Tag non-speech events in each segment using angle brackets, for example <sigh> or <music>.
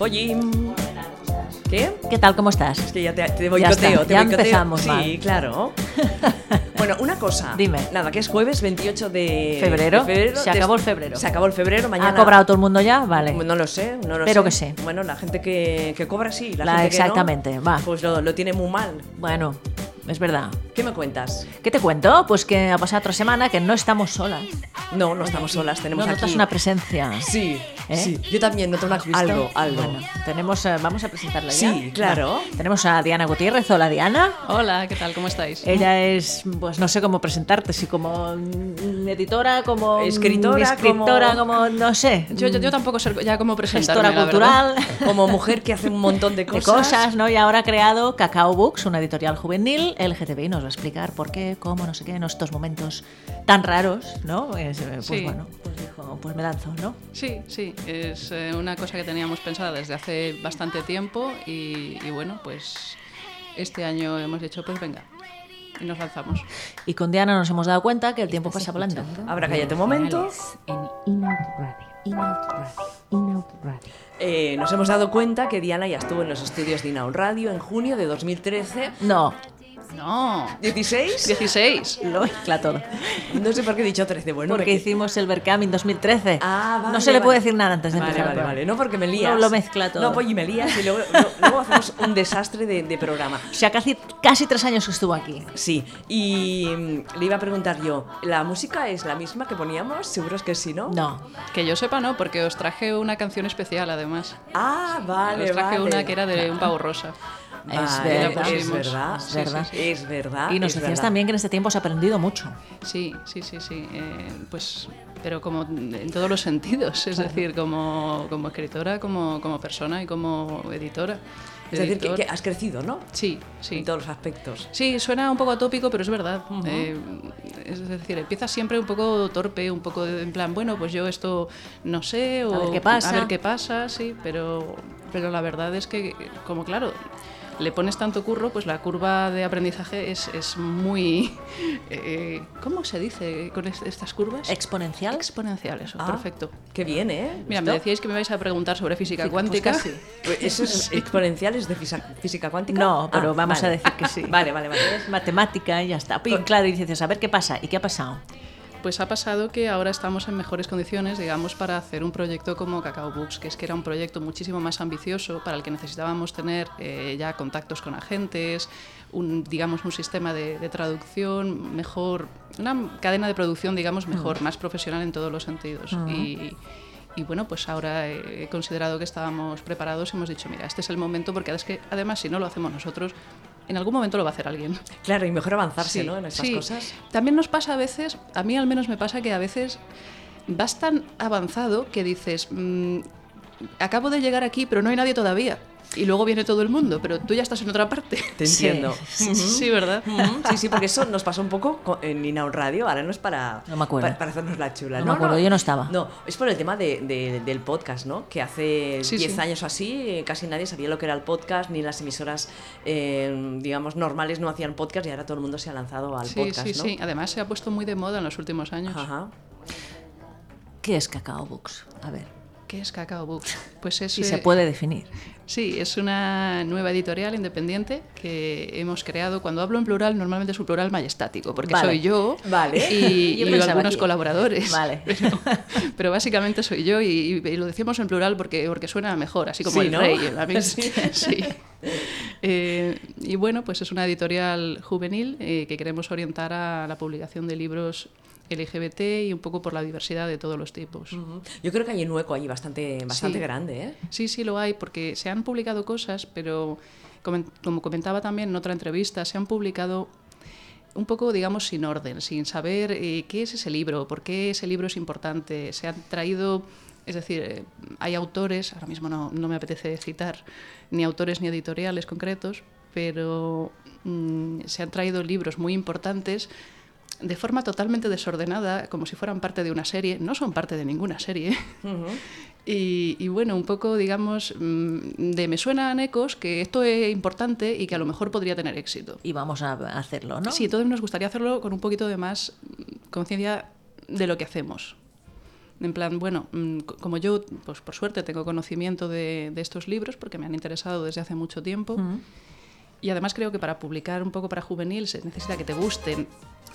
Oye, ¿qué? ¿Qué tal? ¿Cómo Es estás? que ya te, te Ya está, boicoteo, te boicoteo. ya empezamos Sí, mal. <laughs> claro. Bueno, una cosa. Dime. Nada, que es jueves 28 de Febrero. de febrero. Se Des- acabó el febrero. Se acabó el febrero. Mañana. ¿Ha cobrado todo el mundo ya? Vale. No lo sé, no lo Espero sé. que sí. Bueno, la gente que, que cobra sí, la, La- gente que no, exactamente, va. Pues lo, lo tiene muy mal. Bueno, es verdad. ¿Qué me cuentas? ¿Qué te cuento? Pues que ha pasado otra semana, que no estamos solas. No, no estamos solas, tenemos no aquí. notas una presencia. Sí, ¿Eh? sí. Yo también noto una ¿Visto? algo, algo. Bueno, tenemos, eh, vamos a presentarla ya. Sí, claro. Vale. Tenemos a Diana Gutiérrez. Hola, Diana. Hola, ¿qué tal? ¿Cómo estáis? Ella es, pues no sé cómo presentarte, si como mm, editora, como mm, Escritora, escritora, como- como... no sé, Yo, yo, yo tampoco sé ya cómo presentarme, gestora la verdad. <laughs> cultural. Como mujer que hace un montón de De cosas. cosas, ¿no? Y ahora ha creado Cacao Books, una editorial juvenil, LGTBI, nos va a explicar por qué, cómo, no sé qué, en estos momentos tan raros, ¿no? Es, eh, pues Sí. bueno, pues dijo, pues me lanzo, ¿no? Sí, sí, es eh, una cosa que teníamos pensada desde hace bastante tiempo y, y bueno, pues este año hemos dicho, pues venga, y nos lanzamos. Y con Diana nos hemos dado cuenta que el tiempo pasa volando. Ahora Pues cállate un momento. en Inout Radio. Inout Radio. Inout Radio. Eh, nos hemos dado cuenta que Diana ya estuvo en los estudios de Inaun Radio en junio de 2013. No, No, ¿16? 16. lo mezcla todo. No sé por qué he dicho 13. Bueno, Porque me- hicimos el Berkham en 2013. Ah, vale, no se le vale. puede decir nada antes de Vale, empezar. vale, vale. No porque me lías. No lo mezcla todo. No, pues y me lías y luego, lo- luego hacemos un desastre de, de programa. O sea, casi, casi tres años que estuvo aquí. Sí, y mm, le iba a preguntar yo, ¿la música es la misma que poníamos? Seguro es que sí, ¿no? No. Que yo sepa, no, porque os traje una canción especial además. Ah, vale, os traje vale. una que era de un pavo rosa. Es Vale, verdad. es Sí, verdad, sí, es sí, verdad, sí. es verdad. Y nos Ah, es decías verdad. también que en este tiempo has aprendido mucho. Sí, sí, sí, sí. eh, pues, pero como en todos los sentidos, es decir, como, como escritora, como, como persona y como editora. Es decir, que, Editor. que has crecido, ¿no? Sí, sí. En todos los aspectos. Sí, suena un poco atópico, pero es verdad. Eh, es decir, empiezas siempre un poco torpe, un poco de- en plan, bueno, pues yo esto no sé, o ver qué pasa. a ver qué pasa, sí, pero, pero la verdad es que, como claro, le pones tanto curro, pues la curva de aprendizaje es, es muy... <laughs> eh, ¿Cómo se dice con es- estas curvas? Exponencial. Exponencial, eso, Ah, perfecto. Qué bien, ¿eh? Mira, me ¿Visto? decíais que me vais a preguntar sobre física Sí, pues cuántica. <laughs> casi. Pues ¿Eso <laughs> es exponenciales de física, física cuántica? No, pero Ah, vamos vale. a decir que sí. <laughs> Vale, vale, vale. Es matemática y ya está. Pim, claro, y dices, a ver qué pasa. ¿Y qué ha pasado? Pues ha pasado que ahora estamos en mejores condiciones, digamos, para hacer un proyecto como Cacao Books, que es que era un proyecto muchísimo más ambicioso para el que necesitábamos tener eh, ya contactos con agentes, un, digamos, un sistema de, de traducción mejor, una cadena de producción, digamos, mejor, más profesional en todos los sentidos. Y, y bueno, pues ahora eh, he considerado que estábamos preparados y hemos dicho, mira, este es el momento, porque es que además si no lo hacemos nosotros, en algún momento lo va a hacer alguien. Claro, y mejor avanzarse, Sí, ¿no? En estas sí. cosas. También nos pasa a veces, a mí al menos me pasa que a veces vas tan avanzado que dices, "Mm, acabo de llegar aquí, pero no hay nadie todavía. Y luego viene todo el mundo, pero tú ya estás en otra parte. <laughs> Te <laughs> Sí. entiendo. Sí, ¿verdad? Ujú, Sí, sí, porque eso nos pasó un poco co- en Inaun Radio, ahora no es para, No me acuerdo. para, para hacernos la chula. No me acuerdo, yo no estaba. No, es por el tema de- de- del podcast, ¿no? Que hace Sí, 10 sí. años o así eh, casi nadie sabía lo que era el podcast, ni las emisoras, eh, digamos, normales no hacían podcast y ahora todo el mundo se ha lanzado al sí, podcast, sí, ¿no? sí. Además se ha puesto muy de moda en los últimos años. Ajá. ¿Qué es Cacao Books? A ver, ¿Qué es Cacao Book? Pues es, si se eh, puede definir. Sí, es una nueva editorial independiente que hemos creado. Cuando hablo en plural, normalmente es un plural majestático, porque Vale. soy yo Vale. <laughs> <laughs> y, Yo y pensaba algunos que- colaboradores. <laughs> Vale. Pero, pero básicamente soy yo y, y lo decimos en plural porque, porque suena mejor, así como Sí, el ¿no? rey. el <laughs> amigo. Sí. Sí. Eh, y bueno, pues es una editorial juvenil eh, que queremos orientar a la publicación de libros LGBT y un poco por la diversidad de todos los tipos. Ujú. Yo creo que hay un hueco ahí bastante, bastante Sí. grande, ¿eh? Sí, sí lo hay, porque se han publicado cosas, pero comen- como comentaba también en otra entrevista, se han publicado un poco, digamos, sin orden, sin saber eh, qué es ese libro, por qué ese libro es importante. Se han traído, es decir, eh, hay autores, ahora mismo no, no me apetece citar, ni autores ni editoriales concretos, pero mm, se han traído libros muy importantes de forma totalmente desordenada, como si fueran parte de una serie. No son parte de ninguna serie. <laughs> Y, y bueno, un poco, digamos, mm, de me suenan ecos que esto es importante y que a lo mejor podría tener éxito. <laughs> Y vamos a hacerlo, ¿no? Sí, entonces nos gustaría hacerlo con un poquito de más mm, conciencia de lo que hacemos. En plan, bueno, mm, co- como yo, pues por suerte tengo conocimiento de, de estos libros porque me han interesado desde hace mucho tiempo. Y además creo que para publicar un poco para juvenil se necesita que te gusten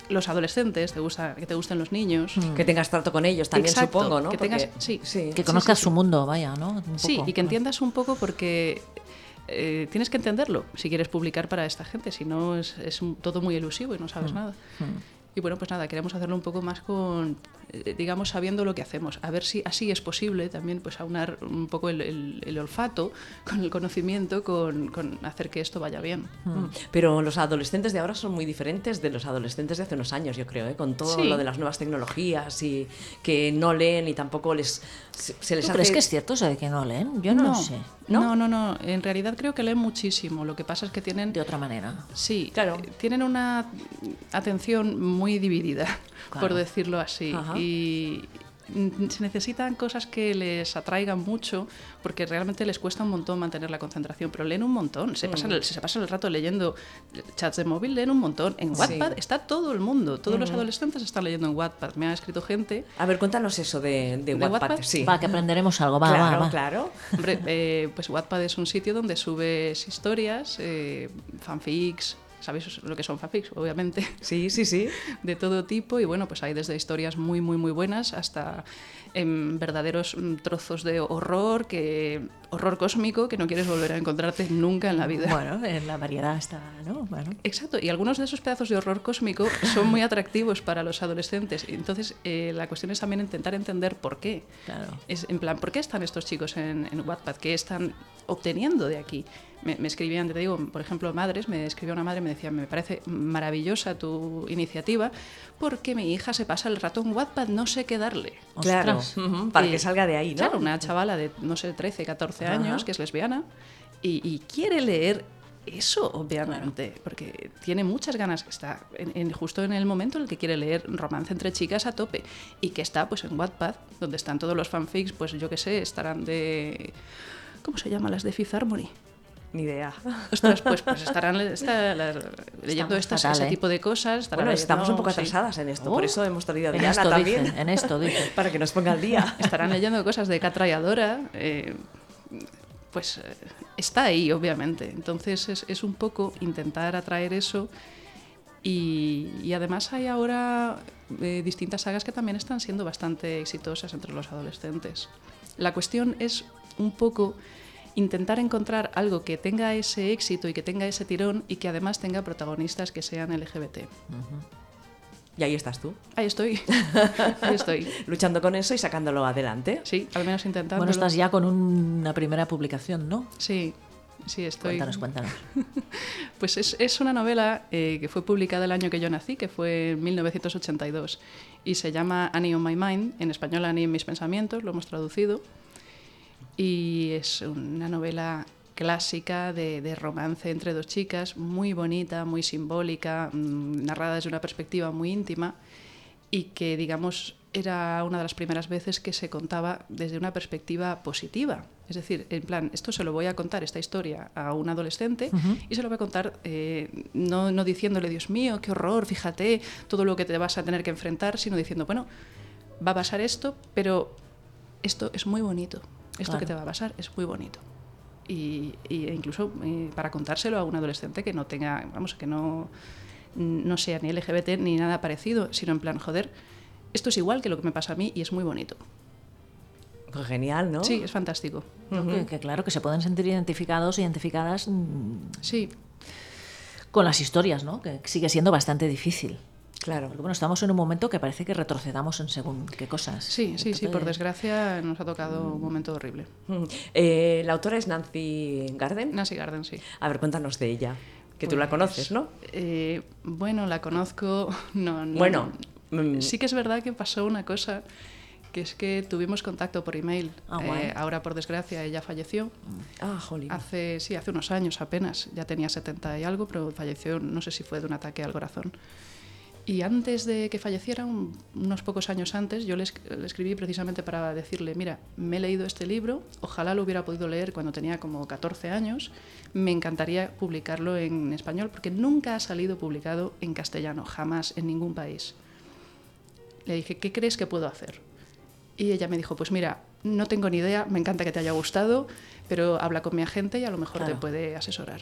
los adolescentes, te gusta, que te gusten los niños. Que tengas trato con ellos también, Mm. Exacto, supongo, ¿no? que Porque- tengas- sí. Que sí, conozcas sí, su mundo, vaya, ¿no? Un Sí, poco. y que entiendas un poco porque eh, tienes que entenderlo si quieres publicar para esta gente, si no es, es un- todo muy ilusivo y no Hmm, sabes nada. Y bueno, pues nada, queremos hacerlo un poco más con, eh, digamos, sabiendo lo que hacemos, a ver si así es posible también pues aunar un poco el, el- el olfato con el conocimiento, con, con hacer que esto vaya bien. sí. Mm. Pero los adolescentes de ahora son muy diferentes de los adolescentes de hace unos años, yo creo, ¿eh? con todo Sí. lo de las nuevas tecnologías y que no leen y tampoco les se, se les ¿Tú hace crees que es cierto eso de que no leen? Yo no, lo sé. No, no, no. En realidad creo que leen muchísimo. Lo que pasa es que tienen De otra manera. Sí, Claro. eh, Tienen una atención muy dividida, Claro. por decirlo así. Ajá. Y mm, se necesitan cosas que les atraigan mucho, porque realmente les cuesta un montón mantener la concentración, pero leen un montón. Mm. Se pasan, el, se pasan el rato leyendo eh, chats de móvil, leen un montón. Sí. En Mm. Wattpad está todo el mundo. Todos los adolescentes están leyendo en Wattpad. Me ha escrito gente A ver, cuéntanos eso de, de, Wattpad, Wattpad? Sí. Va, que aprenderemos algo. Va, claro, va, va. claro. <laughs> Hombre, eh, pues Wattpad es un sitio donde subes historias, eh, fanfics, ¿sabéis lo que son fanfics? Obviamente, Sí, sí, sí. de todo tipo y bueno, pues hay desde historias muy, muy, muy buenas hasta em, verdaderos mm, trozos de horror, que, horror cósmico que no quieres volver a encontrarte nunca en la vida. Bueno, eh, la variedad está, ¿no? Bueno. Exacto, y algunos de esos pedazos de horror cósmico son muy atractivos para los adolescentes. Entonces, eh, la cuestión es también intentar entender por qué. Claro. Es en plan, ¿por qué están estos chicos en, en Wattpad? ¿Qué están obteniendo de aquí? Me, me escribían, te digo, por ejemplo, madres, me escribió una madre y me decía, me parece maravillosa tu iniciativa porque mi hija se pasa el rato en Wattpad, no sé qué darle. Claro. Ostras. Ujú, Para Eh, que salga de ahí, ¿no? Claro, una chavala de, no sé, 13, 14 Ajá. años, que es lesbiana, y, y quiere leer eso, obviamente, porque tiene muchas ganas, está en, en- justo en el momento en el que quiere leer romance entre chicas a tope, y que está pues en Wattpad, donde están todos los fanfics, pues yo qué sé, estarán de... ¿Cómo se llama? Las de Fifth Harmony. Ni idea. Ostras, pues, pues estarán le- está- las- leyendo estas, fatal, ese ¿eh? tipo de cosas. estarán Bueno, leyendo- estamos un poco sí. atrasadas en esto, por Oh. eso hemos traído a En Diana esto también. <laughs> dicen, en esto <laughs> dicen. Para que nos ponga al día. estarán leyendo cosas de Catrayadora, eh, pues eh, está ahí, obviamente. Entonces es, es un poco intentar atraer eso. Y, y además hay ahora eh, distintas sagas que también están siendo bastante exitosas entre los adolescentes. La cuestión es un poco intentar encontrar algo que tenga ese éxito y que tenga ese tirón y que además tenga protagonistas que sean LGBT. Y ahí estás tú, Ahí estoy, ahí estoy. luchando con eso y sacándolo adelante. Sí, al menos intentando. Bueno, estás ya con una primera publicación, ¿no? Sí, sí, estoy. Cuéntanos, cuéntanos. Pues es, es una novela eh, que fue publicada el año que yo nací, que fue en 1982, y se llama Annie on My Mind, en español Annie en mis pensamientos, lo hemos traducido, y es una novela clásica de, de romance entre dos chicas, muy bonita, muy simbólica, mm, narrada desde una perspectiva muy íntima, y que, digamos, era una de las primeras veces que se contaba desde una perspectiva positiva. Es decir, en plan, esto se lo voy a contar, esta historia, a un adolescente y se lo voy a contar eh, no, no diciéndole, Dios mío, qué horror, fíjate, todo lo que te vas a tener que enfrentar, sino diciendo, bueno, va a pasar esto, pero esto es muy bonito. Esto Claro. que te va a pasar es muy bonito. Y, y- e incluso eh, para contárselo a un adolescente que no tenga, vamos, que no, no sea ni LGBT ni nada parecido, sino en plan, joder, esto es igual que lo que me pasa a mí y es muy bonito. Pues Genial, ¿no? Sí, es fantástico. que, que claro, que se pueden sentir identificados, identificadas mm, Sí, con las historias, ¿no? Que sigue siendo bastante difícil. Claro. Porque bueno, estamos en un momento que parece que retrocedamos en según qué cosas. sí, sí, sí, por Entonces, desgracia nos ha tocado un momento horrible. Mm. Eh, la autora es Nancy Garden. Nancy Garden, sí. A ver, cuéntanos de ella, que tú la Pues, conoces, ¿no? eh, bueno, la conozco. <laughs> No, no, Bueno, mm, Sí que es verdad que pasó una cosa, que es que tuvimos contacto por email. Ah, guay. Eh, ahora, por desgracia, ella falleció. Ah, jolín. Hace, sí, hace unos años apenas. Ya tenía 70 y algo, pero falleció, no sé si fue de un ataque al corazón. Y antes de que falleciera, un- unos pocos años antes, yo le, esc- le escribí precisamente para decirle, mira, me he leído este libro, ojalá lo hubiera podido leer cuando tenía como 14 años, me encantaría publicarlo en español, porque nunca ha salido publicado en castellano, jamás, en ningún país. Le dije, ¿qué crees que puedo hacer? Y ella me dijo, pues mira, no tengo ni idea, me encanta que te haya gustado, pero habla con mi agente y a lo mejor Claro. te puede asesorar.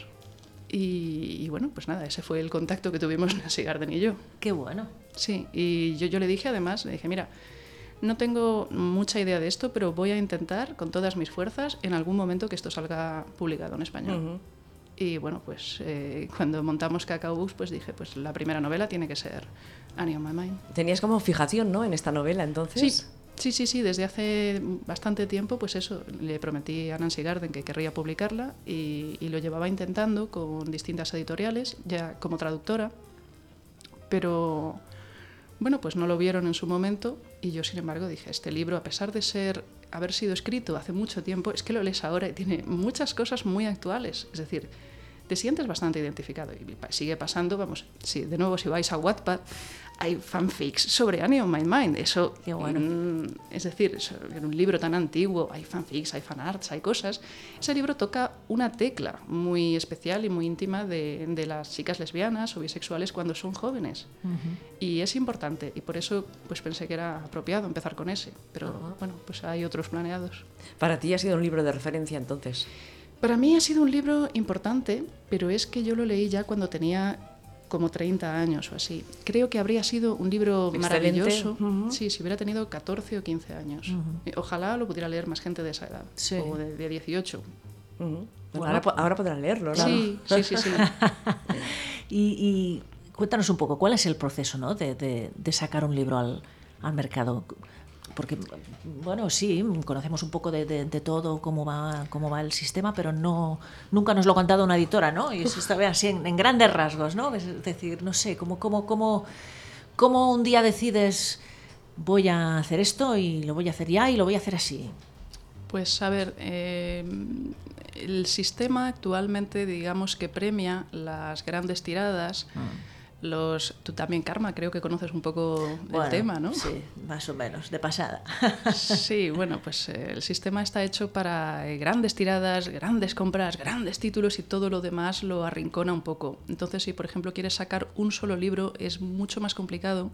Y, y bueno, pues nada, ese fue el contacto que tuvimos <laughs> Nancy Garden y yo. Qué bueno. Sí, y yo, yo le dije además, le dije, mira, no tengo mucha idea de esto, pero voy a intentar con todas mis fuerzas en algún momento que esto salga publicado en español. Y bueno, pues eh, cuando montamos Cacao Books, pues dije, pues la primera novela tiene que ser Annie on My Mind. Tenías como fijación, ¿no? En esta novela, entonces. Sí, sí, sí, sí, desde hace bastante tiempo, pues eso, le prometí a Nancy Garden que querría publicarla y, y lo llevaba intentando con distintas editoriales, ya como traductora, pero bueno, pues no lo vieron en su momento y yo, sin embargo, dije, este libro, a pesar de ser haber sido escrito hace mucho tiempo, es que lo lees ahora y tiene muchas cosas muy actuales, es decir, te sientes bastante identificado y pa- sigue pasando, vamos, si de nuevo si vais a Wattpad, hay fanfics sobre Annie on My Mind, eso Qué bueno. mm, es decir, es- en un libro tan antiguo hay fanfics, hay fanarts, hay cosas. Ese libro toca una tecla muy especial y muy íntima de, de las chicas lesbianas o bisexuales cuando son jóvenes. Y es importante, y por eso pues pensé que era apropiado empezar con ese. Pero bueno, pues hay otros planeados. Para ti ha sido un libro de referencia, entonces. Para mí ha sido un libro importante, pero es que yo lo leí ya cuando tenía como 30 años o así. Creo que habría sido un libro Excelente. maravilloso Ujú. sí, si hubiera tenido 14 o 15 años. Eh, Ojalá lo pudiera leer más gente de esa edad, Sí. o de, de 18. Ujú. Bueno. ahora, po- ahora podrás leerlo, ¿no? <laughs> <laughs> Sí, sí, sí, sí. Y, y cuéntanos un poco, ¿cuál es el proceso ¿no? de, de- de sacar un libro al, al mercado? Porque, bueno, sí, conocemos un poco de, de- de todo, cómo va, cómo va el sistema, pero no nunca nos lo ha contado una editora, ¿no? Y eso está bien así en, en grandes rasgos, ¿no? Es decir, no sé, ¿cómo, cómo, cómo, cómo un día decides voy a hacer esto y lo voy a hacer ya y lo voy a hacer así? Pues a ver, eh, el sistema actualmente digamos que premia las grandes tiradas, los... Tú también, Karma, creo que conoces un poco Mm. Bueno, el tema, ¿no? Sí, más o menos, de pasada. <laughs> Sí, bueno, pues eh, el sistema está hecho para eh, grandes tiradas, grandes compras, grandes títulos y todo lo demás lo arrincona un poco. Entonces, si por ejemplo quieres sacar un solo libro, es mucho más complicado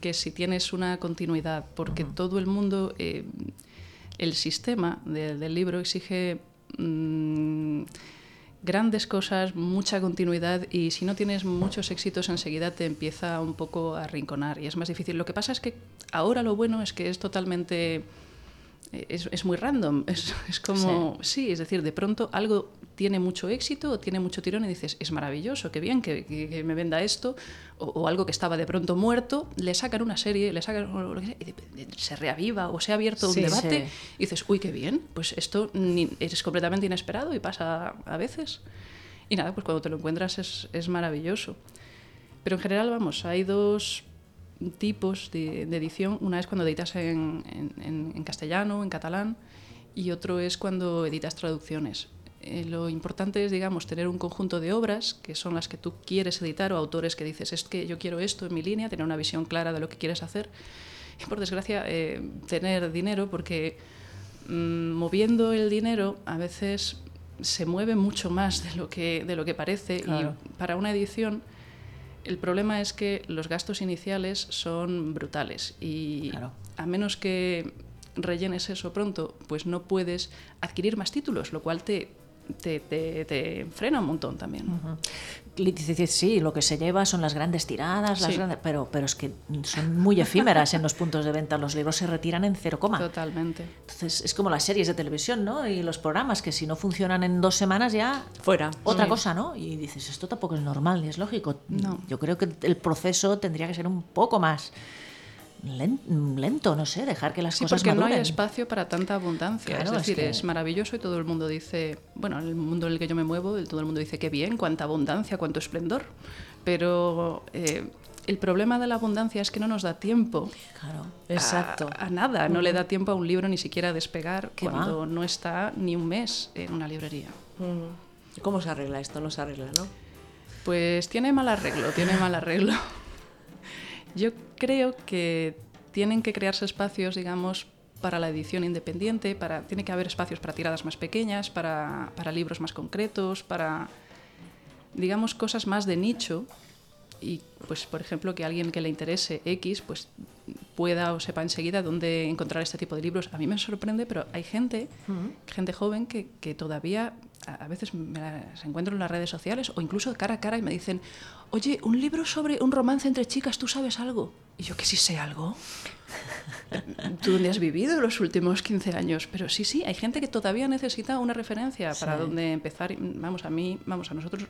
que si tienes una continuidad, porque todo el mundo, eh, el sistema de- del libro exige... mm, grandes cosas, mucha continuidad y si no tienes muchos éxitos enseguida te empieza un poco a rinconar y es más difícil. Lo que pasa es que ahora lo bueno es que es totalmente... eh, Es, es muy random, <laughs> es, es como... Sí. es decir, de pronto algo tiene mucho éxito o tiene mucho tirón y dices, es maravilloso, qué bien que, que- que me venda esto, o, o algo que estaba de pronto muerto, le sacan una serie, le sacan... o lo que sea, y de- de- se reaviva o se ha abierto Sí, un debate sí. y dices, uy, qué bien, pues esto ni- es completamente inesperado y pasa a veces. Y nada, pues cuando te lo encuentras es, es maravilloso. Pero en general, vamos, hay dos tipos de, de edición. Una es cuando editas en, en- en- en castellano, en catalán, y otro es cuando editas traducciones. Eh, lo importante es, digamos, tener un conjunto de obras que son las que tú quieres editar o autores que dices, es que yo quiero esto en mi línea, tener una visión clara de lo que quieres hacer. Y por desgracia, eh, tener dinero porque mm, moviendo el dinero a veces se mueve mucho más de lo que, de lo que parece Claro. y para una edición el problema es que los gastos iniciales son brutales y Claro. a menos que rellenes eso pronto, pues no puedes adquirir más títulos, lo cual te, te, te- te frena un montón también. Le dices, sí, lo que se lleva son las grandes tiradas, las Sí. grandes- pero, pero es que son muy efímeras en los puntos de venta. Los libros se retiran en cero coma. Totalmente. Entonces es como las series de televisión, ¿no? Y los programas que si no funcionan en dos semanas ya Fuera. Mm. otra cosa, ¿no? Y dices, esto tampoco es normal ni es lógico. No. Yo creo que el proceso tendría que ser un poco más len- lento, no sé, dejar que las Sí, cosas porque no hay maduren. espacio para tanta abundancia. Claro, es es decir, es, que- maravilloso y todo el mundo dice, bueno, en el mundo en el que yo me muevo, el- todo el mundo dice qué bien, cuánta abundancia, cuánto esplendor. Pero eh, el problema de la abundancia es que no nos da tiempo Claro. Ah, Exacto. a, a nada. No le da tiempo a un libro ni siquiera a despegar ¿Qué va? cuando no está ni un mes en una librería. Ujú. ¿Cómo se arregla esto? No se arregla, ¿no? Pues tiene mal arreglo, tiene mal arreglo. <laughs> Yo creo que tienen que crearse espacios, digamos, para la edición independiente, para, tiene que haber espacios para tiradas más pequeñas, para, para libros más concretos, para, digamos, cosas más de nicho y pues por ejemplo que alguien que le interese X pues pueda o sepa enseguida dónde encontrar este tipo de libros. A mí me sorprende, pero hay gente, gente joven que, que todavía a, a veces me las encuentro en las redes sociales o incluso cara a cara y me dicen, oye, un libro sobre un romance entre chicas, ¿tú sabes algo? Y yo que sí sé algo. ¿Tú dónde has vivido los últimos 15 años? Pero sí, sí, hay gente que todavía necesita una referencia para Sí. dónde empezar. Y, Vamos, a mí, vamos, a nosotros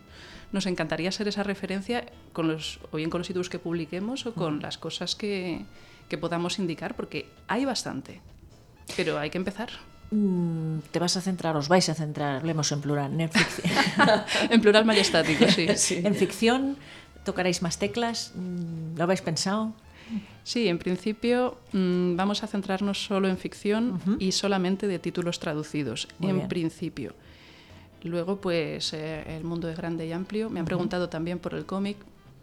nos encantaría ser esa referencia con los, o bien con los sitios que publiquemos o con las cosas que, que podamos indicar, porque hay bastante. Pero hay que empezar. Mm, Te vas a centrar, os vais a centrar, hablemos en plural, en <laughs> ficción, en plural majestático, <laughs> <laughs> sí. sí. en ficción tocaréis más teclas, Mm, lo habéis pensado. Sí, en principio mm, vamos a centrarnos solo en ficción y solamente de títulos traducidos, Muy en bien. principio. Luego, pues eh, el mundo es grande y amplio. Me han preguntado también por el cómic.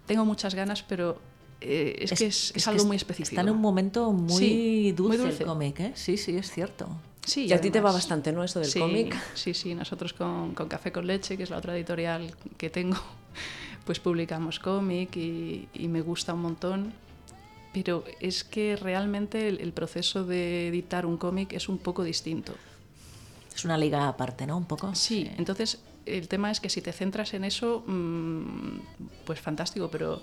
Tengo muchas ganas, pero eh, es, que es, es que algo es- muy específico. Está en un momento muy, Sí, muy dulce dulce. el cómic, ¿eh? Sí, sí, es cierto. Sí, Y a ti te va además- bastante, ¿no? Esto del sí, cómic. Sí, sí, nosotros con, con Café con Leche, que es la otra editorial que tengo, <laughs> pues publicamos cómic y, y me gusta un montón. Pero es que realmente el, el proceso de editar un cómic es un poco distinto. Es una liga aparte, ¿no? Un poco. Sí, entonces el tema es que si te centras en eso, mm, pues fantástico, pero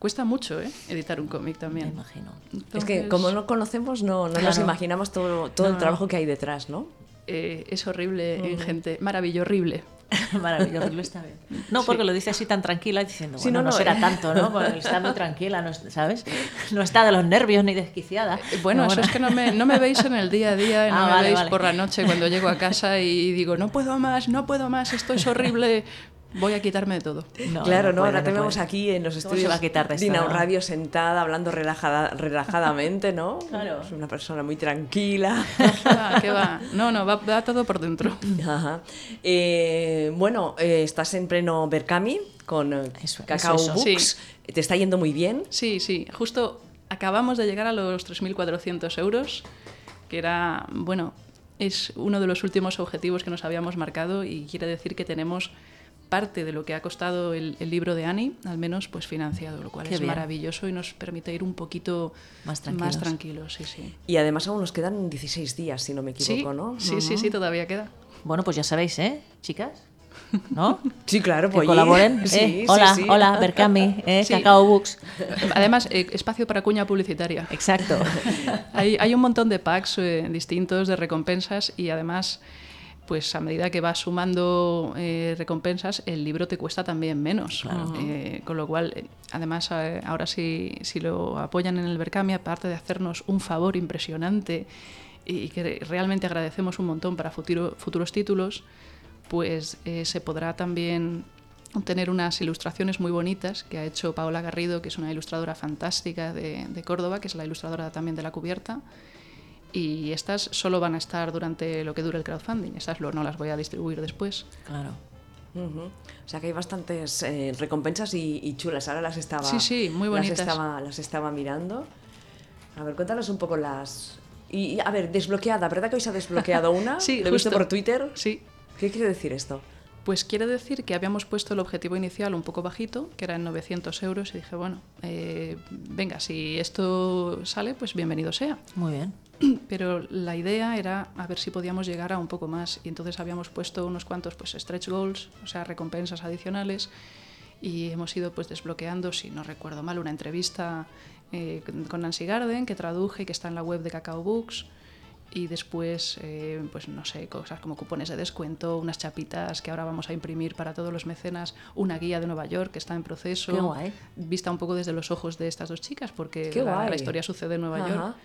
cuesta mucho ¿eh? editar un cómic me también. imagino. <laughs> Es que como Entonces- no conocemos, no, no nos Claro. imaginamos todo, todo el trabajo que hay detrás, ¿no? Eh, es horrible Mm. en gente, maravillo horrible. Maravilloso, lo está bien. No, porque lo dice así tan tranquila, diciendo, Sí, bueno, no, no, no, será eh. tanto, ¿no? Porque está muy tranquila, no, es- <laughs> ¿sabes? No está de los nervios ni desquiciada. Eh, Bueno, Pero eso es que no me, no me veis en el día a día, no <laughs> Ah, me vale, veis vale. por la noche cuando llego a casa y digo, no puedo más, no puedo más, esto es horrible, voy a quitarme de todo. <laughs> No, claro, ¿no? puede, Ahora te puede. vemos aquí en los se estudios va a quitar de esto, Dinau no? Radio sentada, hablando relajada, relajadamente, ¿no? Claro. Es una persona muy <laughs> tranquila. ¿Qué va? qué va? No, no, va, va todo por dentro. <laughs> Ajá. Eh, bueno, eh, estás en pleno Berkami con eh, Eso, Cacao eso, eso. Books. Te está yendo muy bien. Sí, sí, justo acabamos de llegar a los 3.400 euros, que era, bueno, es uno de los últimos objetivos que nos habíamos marcado y quiere decir que tenemos parte de lo que ha costado el, el libro de Annie, al menos pues financiado, lo cual Qué es bien. maravilloso y nos permite ir un poquito Más tranquilos. Más tranquilos, sí, sí. Y además aún nos quedan 16 días, si no me Sí, equivoco, ¿no? Mm. sí, sí, sí, todavía queda. Bueno, pues ya sabéis, ¿eh, chicas? <laughs> ¿No? Sí, claro, Que pues. <laughs> colaboren. ¿eh? Sí, sí, hola, sí. hola, Berkami, ¿eh? Sí. Cacao Books. Además, eh, espacio para cuña publicitaria. Exacto. Hay, hay un montón de packs eh, distintos de recompensas y además, pues a medida que vas sumando eh, recompensas, el libro te cuesta también menos. Eh, con lo cual, eh, además, eh, ahora si, si lo apoyan en el Berkami, aparte de hacernos un favor impresionante y y que realmente agradecemos un montón para futuro- futuros títulos, pues eh, se podrá también obtener unas ilustraciones muy bonitas que ha hecho Paola Garrido, que es una ilustradora fantástica de, de Córdoba, que es la ilustradora también de la cubierta. Y estas solo van a estar durante lo que dura el crowdfunding. Estas lo- no las voy a distribuir después. <laughs> Claro. Ujú. O sea que hay bastantes eh, recompensas y, y chulas. Ahora las estaba. Sí, sí, muy bonitas. Las estaba, las estaba mirando. A ver, cuéntanos un poco las. Y, y, a ver, desbloqueada, ¿verdad que hoy se ha desbloqueado una? <laughs> Sí, lo he visto justo. por Twitter. Sí. ¿Qué quiere decir esto? Pues quiere decir que habíamos puesto el objetivo inicial un poco bajito, que era en 900 euros, y dije, bueno, eh, venga, si esto sale, pues bienvenido sea. Muy bien. <clears throat> pero la idea era a ver si podíamos llegar a un poco más y entonces habíamos puesto unos cuantos pues stretch goals, o sea, recompensas adicionales y hemos ido pues desbloqueando, si no recuerdo mal, una entrevista eh, con- con Nancy Garden que traduje y que está en la web de Cacao Books y después eh, pues no sé, cosas como cupones de descuento, unas chapitas que ahora vamos a imprimir para todos los mecenas, una guía de Nueva York que está en proceso. Qué guay. Vista un poco desde los ojos de estas dos chicas porque Qué la, la guay. historia sucede en Nueva Ajá. York.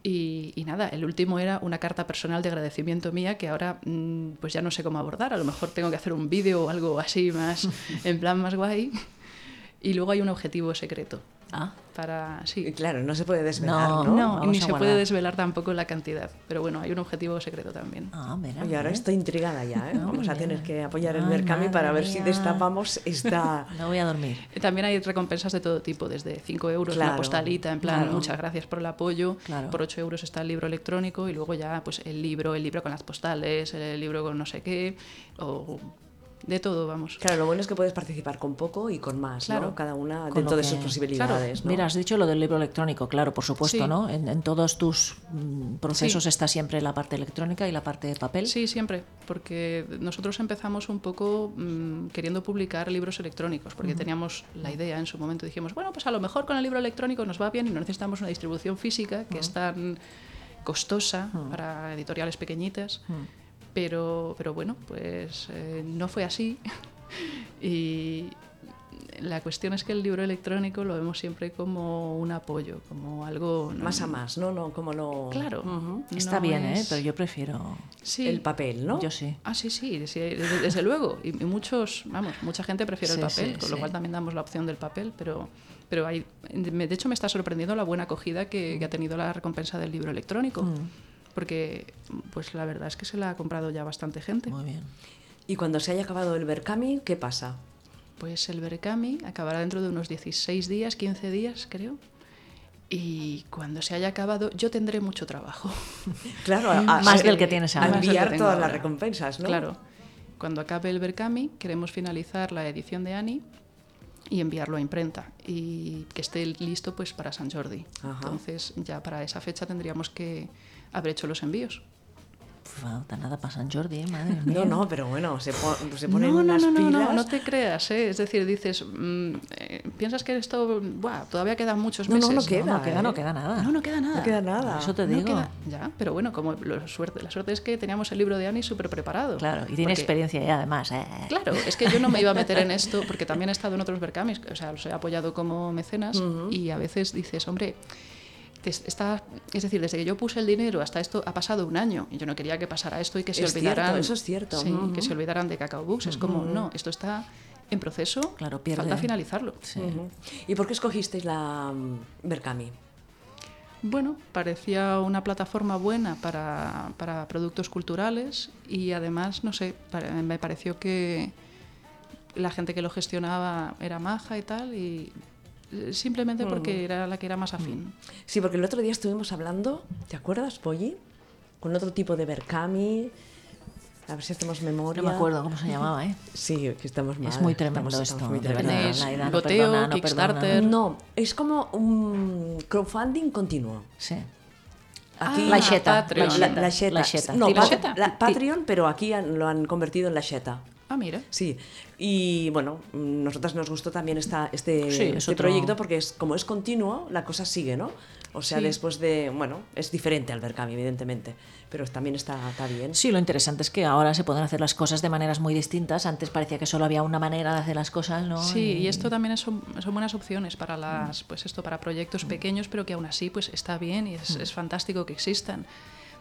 Y, y nada, el último era una carta personal de agradecimiento mía que ahora mm, pues ya no sé cómo abordar. A lo mejor tengo que hacer un vídeo o algo <laughs> así más, en plan más guay. Y luego hay un objetivo secreto Ah, para... Y Sí. claro, no se puede desvelar, ¿no? No. No, vamos ni a se puede guardar. desvelar tampoco la cantidad. Pero bueno, hay un objetivo secreto también. ah mira. Y ahora mira. estoy intrigada <laughs> ya, ¿eh? No, Vamos a mira. tener que apoyar el Ay, Mercami madre para ver si mía. <laughs> destapamos esta. No voy a dormir. También hay recompensas de todo tipo, desde 5 euros Claro, una postalita, en plan, claro. muchas gracias por el apoyo, Claro. por 8 euros está el libro electrónico y luego ya pues el libro, el libro con las postales, el libro con no sé qué, o de todo, vamos. Claro, lo bueno es que puedes participar con poco y con más, Claro. ¿no? Cada una Con dentro lo de que- sus posibilidades, ¿no? Mira, has dicho lo del libro electrónico, claro, por supuesto, Sí. ¿no? En, en todos tus mm, procesos Sí. está siempre la parte electrónica y la parte de papel. Sí, siempre, porque nosotros empezamos un poco mm, queriendo publicar libros electrónicos, porque teníamos la idea en su momento, dijimos, bueno, pues a lo mejor con el libro electrónico nos va bien y no necesitamos una distribución física que es tan costosa para editoriales pequeñitas, pero, pero bueno, pues eh, no fue así <laughs> y la cuestión es que el libro electrónico lo vemos siempre como un apoyo, como algo... no- Más a más, ¿no? no como lo... mm, Claro. Ujú. Está no bien, ¿eh? es- Pero yo prefiero... Sí. El papel, ¿no? Yo sí. Ah, sí, sí, sí, desde, desde luego. Y y muchos, vamos, mucha gente prefiere el Sí, sí, papel, con lo sí. cual también damos la opción del papel, pero, pero hay, me- de hecho me está sorprendiendo la buena acogida que, Mm. que ha tenido la recompensa del libro electrónico, porque pues la verdad es que se la ha comprado ya bastante gente. Muy bien. Y cuando se haya acabado el Berkami, ¿qué pasa? Pues el Berkami acabará dentro de unos 16 días, 15 días, creo. Y cuando se haya acabado, yo tendré <laughs> mucho trabajo. Claro, a- a- Más a- del que tienes a ahora. <laughs> Más del que enviar tengo todas ahora. las recompensas, ¿no? Claro. Cuando acabe el Berkami, queremos finalizar la edición de Ani y enviarlo a imprenta y que esté listo pues para San Jordi. Ajá. Entonces, ya para esa fecha tendríamos que haber hecho los envíos. Falta nada para San Jordi, ¿eh? madre <laughs> mía. No, no, pero bueno, se, po- se no, ponen no, unas no, no, pilas. no, no te creas, ¿eh? es decir, dices, mm, eh, piensas que esto, buah, todavía quedan muchos No, no, meses. no queda, No queda, ¿eh? no queda nada. No, no queda nada. No queda nada. Eso te No digo. queda- ya, pero bueno, como lo suerte, la suerte es que teníamos el libro de Ani súper preparado. Claro, y tiene Porque- experiencia ya además. ¿eh? Claro, es que yo no me iba a meter en esto porque también he estado en otros Berkamis, o sea, los he apoyado como mecenas y a veces dices, hombre, te es- está, es decir, desde que yo puse el dinero hasta esto ha pasado un año y yo no quería que pasara esto y que se Es cierto, olvidaran. eso es cierto. sí, Ujú. que se olvidaran de Cacao Books. Es como, no, esto está en proceso, Claro, pierde. falta finalizarlo. <laughs> Sí. Ujú. ¿Y por qué escogisteis la mm, Berkami? Bueno, parecía una plataforma buena para, para productos culturales y además, no sé, pare- me pareció que la gente que lo gestionaba era maja y tal, y eh, simplemente porque era la que era más afín. Sí, porque el otro día estuvimos hablando, ¿te acuerdas, Polly? Con otro tipo de Berkami. A ver si hacemos memoria. No me acuerdo cómo se llamaba, ¿eh? Sí, que estamos mal. <laughs> Es muy tremendo estamos- esto, estamos muy de tremendos. verdad. Tenéis la edad no goteo, perdona, no Kickstarter. perdona. No, es como un crowdfunding continuo. Sí. Aquí, Ah, La xeta, Patreon. La, la xeta. La xeta. No, Ti- la Pat- xeta. la- Patreon, pero aquí han- lo han convertido en la Sheta. Ah, mira. Sí, y bueno, mm, nosotras nos gustó también esta, este, Sí, es este otro- proyecto porque es, como es continuo, la cosa sigue, ¿no? O sea, Sí. después de, bueno, es diferente al Berkami, evidentemente, pero también está, está bien. Sí, lo interesante es que ahora se pueden hacer las cosas de maneras muy distintas. Antes parecía que solo había una manera de hacer las cosas, ¿no? Sí, y esto también es- son, son buenas opciones para las, pues esto, para proyectos pequeños, pero que aún así pues está bien y es, es fantástico que existan.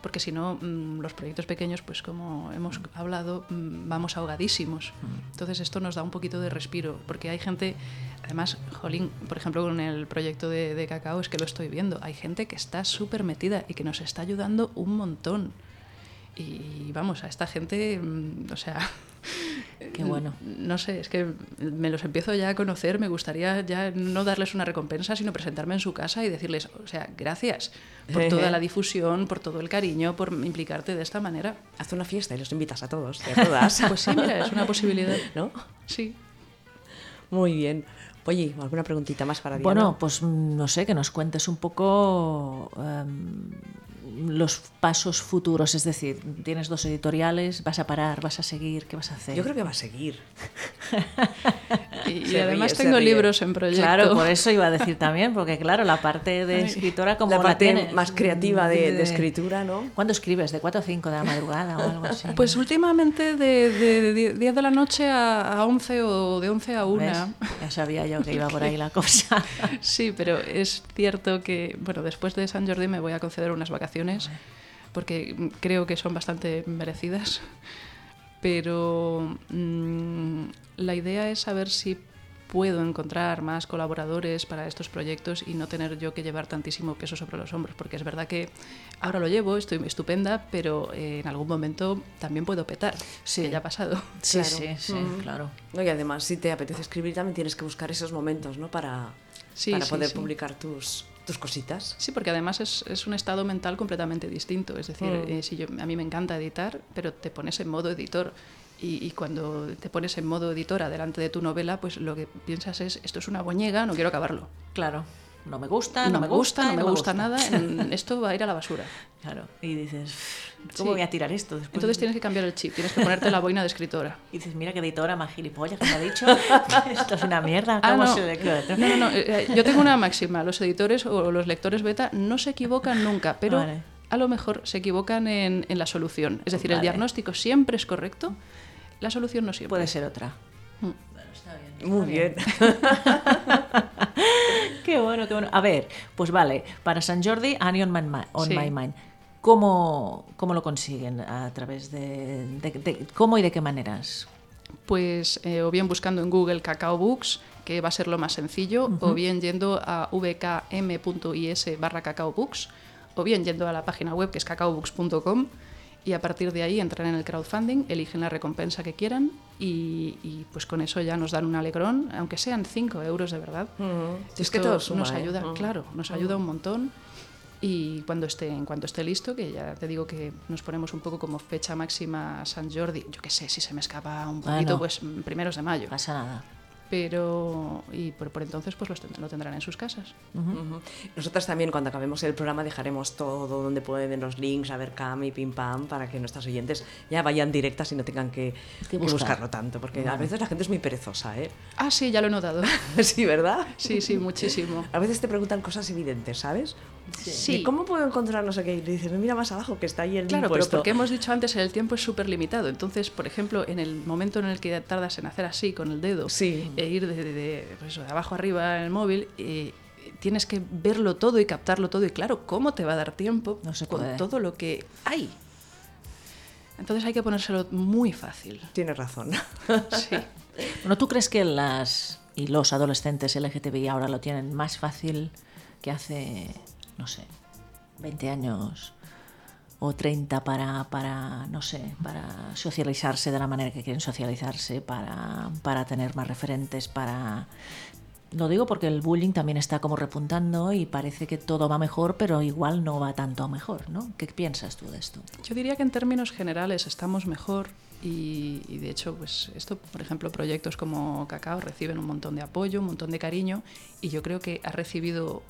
Porque si no, mm, los proyectos pequeños, pues como hemos hablado, mm, vamos ahogadísimos. Entonces esto nos da un poquito de respiro, porque hay gente, además, Jolín, por ejemplo, con el proyecto de, de Cacao es que lo estoy viendo, hay gente que está súper metida y que nos está ayudando un montón. Y vamos, a esta gente, mm, o sea, <laughs> Qué bueno. no sé, es que me los empiezo ya a conocer, me gustaría ya no darles una recompensa, sino presentarme en su casa y decirles, o sea, gracias por toda la difusión, por todo el cariño, por implicarte de esta manera. Haz una fiesta y los invitas a todos y a todas, <laughs> Pues sí, mira, es una posibilidad. <laughs> ¿no? Sí. Muy bien. Oye, ¿alguna preguntita más para Diana? Bueno, pues mm, no sé, que nos cuentes un poco em, los pasos futuros. Es decir, tienes dos editoriales, vas a parar, vas a seguir, ¿qué vas a hacer? yo creo que va a seguir. Y, y Se además ríe, se tengo ríe. libros en proyecto. Claro, por eso iba a decir también, porque claro, la parte de Ay. escritora como la parte tienes. mm, más creativa de, de escritura, ¿no? ¿Cuándo escribes? ¿De 4 a 5 de la madrugada o algo así? Pues últimamente de, de, de 10 de la noche a, a 11 o de 11 a 1. ¿Ves? Ya sabía yo que iba por ahí la <laughs> cosa. Sí, pero es cierto que, bueno, después de San Jordi me voy a conceder unas vacaciones porque mm, creo que son bastante merecidas. Pero mm, la idea es saber si puedo encontrar más colaboradores para estos proyectos y no tener yo que llevar tantísimo peso sobre los hombros, porque es verdad que ahora lo llevo, estoy estupenda, pero eh, en algún momento también puedo petar, Sí. que ya ha pasado. Sí, Claro. sí, sí, claro. No, y además, si te apetece escribir, también tienes que buscar esos momentos, ¿no? Para, Sí, para sí, poder sí. publicar tus, tus cositas. Sí, porque además es, es un estado mental completamente distinto. Es decir, eh, si yo- a mí me encanta editar, pero te pones en modo editor. Y, y cuando te pones en modo editora delante de tu novela, pues lo que piensas es, esto es una boñega, no quiero acabarlo. Claro. No me gusta, Ah, no, me gusta, no y me gusta, Pues nada, <laughs> en- esto va a ir a la basura. <laughs> Claro. Y dices, ¿cómo Sí. voy a tirar esto? Después Entonces tienes que cambiar el chip, tienes que ponerte la boina de escritora. Y dices, mira qué editora más gilipollas que me ha dicho. <laughs> esto es una mierda. Ah, ¿Cómo no. se le queda? No, no, no, eh, eh, Yo tengo una máxima. Los editores o los lectores beta no se equivocan nunca, pero Vale. a lo mejor se equivocan en, en la solución. Es decir, el Vale. diagnóstico siempre es correcto, la solución no siempre. Puede ser otra. Mm. Muy bien. Qué bueno, qué bueno. A ver, pues vale, para San Jordi, Annie on my, mi- on Sí. my mind. ¿Cómo, ¿Cómo lo consiguen? ¿A través de, de- de- ¿Cómo y de qué maneras? Pues eh, o bien buscando en Google Cacao Books, que va a ser lo más sencillo, o bien yendo a vkm.is barra Cacao Books, o bien yendo a la página web que es cacaobooks.com y a partir de ahí entran en el crowdfunding, eligen la recompensa que quieran y, y, pues con eso ya nos dan un alegrón, aunque sean 5 euros de verdad. Sí, es que Esto todo suma, nos ¿eh? ayuda, Mm. claro, nos ayuda un montón. Y cuando esté, en cuanto esté listo, que ya te digo que nos ponemos un poco como fecha máxima San Jordi, yo qué sé, si se me escapa Ah, un Bueno. poquito, pues mm, primeros de mayo. No pasa nada. Pero, y por, por entonces, pues los tend- lo tendrán en sus casas. Ujú. Nosotras también cuando acabemos el programa dejaremos todo donde pueden los links a ver cam y pim pam para que nuestras oyentes ya vayan directas y no tengan que, Que que buscar. buscarlo tanto porque a veces la gente es muy perezosa, ¿eh? <laughs> Ah, sí, ya lo he notado. <laughs> sí, ¿verdad? Sí, <laughs> sí, muchísimo. A veces te preguntan cosas evidentes, ¿sabes? Sí. ¿Y cómo puedo encontrar no sé qué? Y le dices, mira más abajo que está ahí el Claro, pero puesto. porque hemos dicho antes, el tiempo es súper limitado. Entonces, por ejemplo, en el momento en el que tardas en hacer así con el dedo Sí. e ir de, de- de, pues eso, de abajo arriba en el móvil, eh, tienes que verlo todo y captarlo todo. Y claro, ¿cómo te va a dar tiempo No se con puede. todo lo que hay? Entonces hay que ponérselo muy <laughs> fácil. Tienes razón. <laughs> Sí. Bueno, ¿tú crees que las y los adolescentes LGTBI ahora lo tienen más fácil que hace, no sé, 20 años o 30 para, para no sé, para socializarse de la manera que quieren socializarse, para, para tener más referentes, para... Lo digo porque el bullying también está como repuntando y parece que todo va mejor, pero igual no va tanto a mejor, ¿no? ¿Qué piensas tú de esto? Yo diría que en términos generales estamos mejor y, y de hecho, pues esto, por ejemplo, proyectos como Cacao reciben un montón de apoyo, un montón de cariño y yo creo que ha recibido,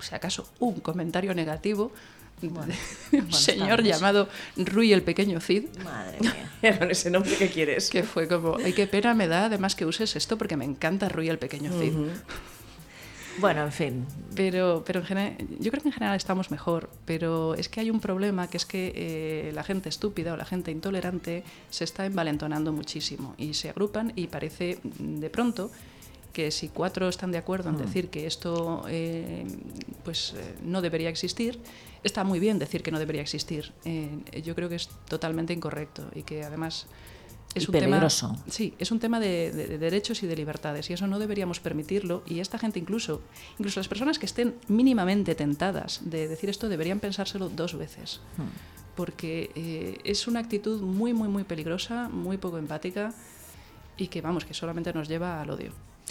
si acaso, un comentario negativo de- <laughs> de un bueno, señor estamos. llamado Rui el Pequeño Cid. <laughs> Madre mía. Con ese nombre que quieres. Que fue como, ay, qué pena me da además que uses esto porque me encanta Rui el Pequeño Cid. Bueno, en fin. Pero, pero en general, yo creo que en general estamos mejor, pero es que hay un problema que es que eh, la gente estúpida o la gente intolerante se está envalentonando muchísimo y se agrupan y parece mm, de pronto que si cuatro están de acuerdo Mm. en decir que esto eh, pues eh, no debería existir, está muy bien decir que no debería existir. Eh, yo creo que es totalmente incorrecto y que además es Y un peligroso. tema Sí, es un tema de, de- de derechos y de libertades y eso no deberíamos permitirlo y esta gente incluso, incluso las personas que estén mínimamente tentadas de decir esto deberían pensárselo dos veces Hmm. porque eh, es una actitud muy, muy, muy peligrosa, muy poco empática y que vamos, que solamente nos lleva al odio.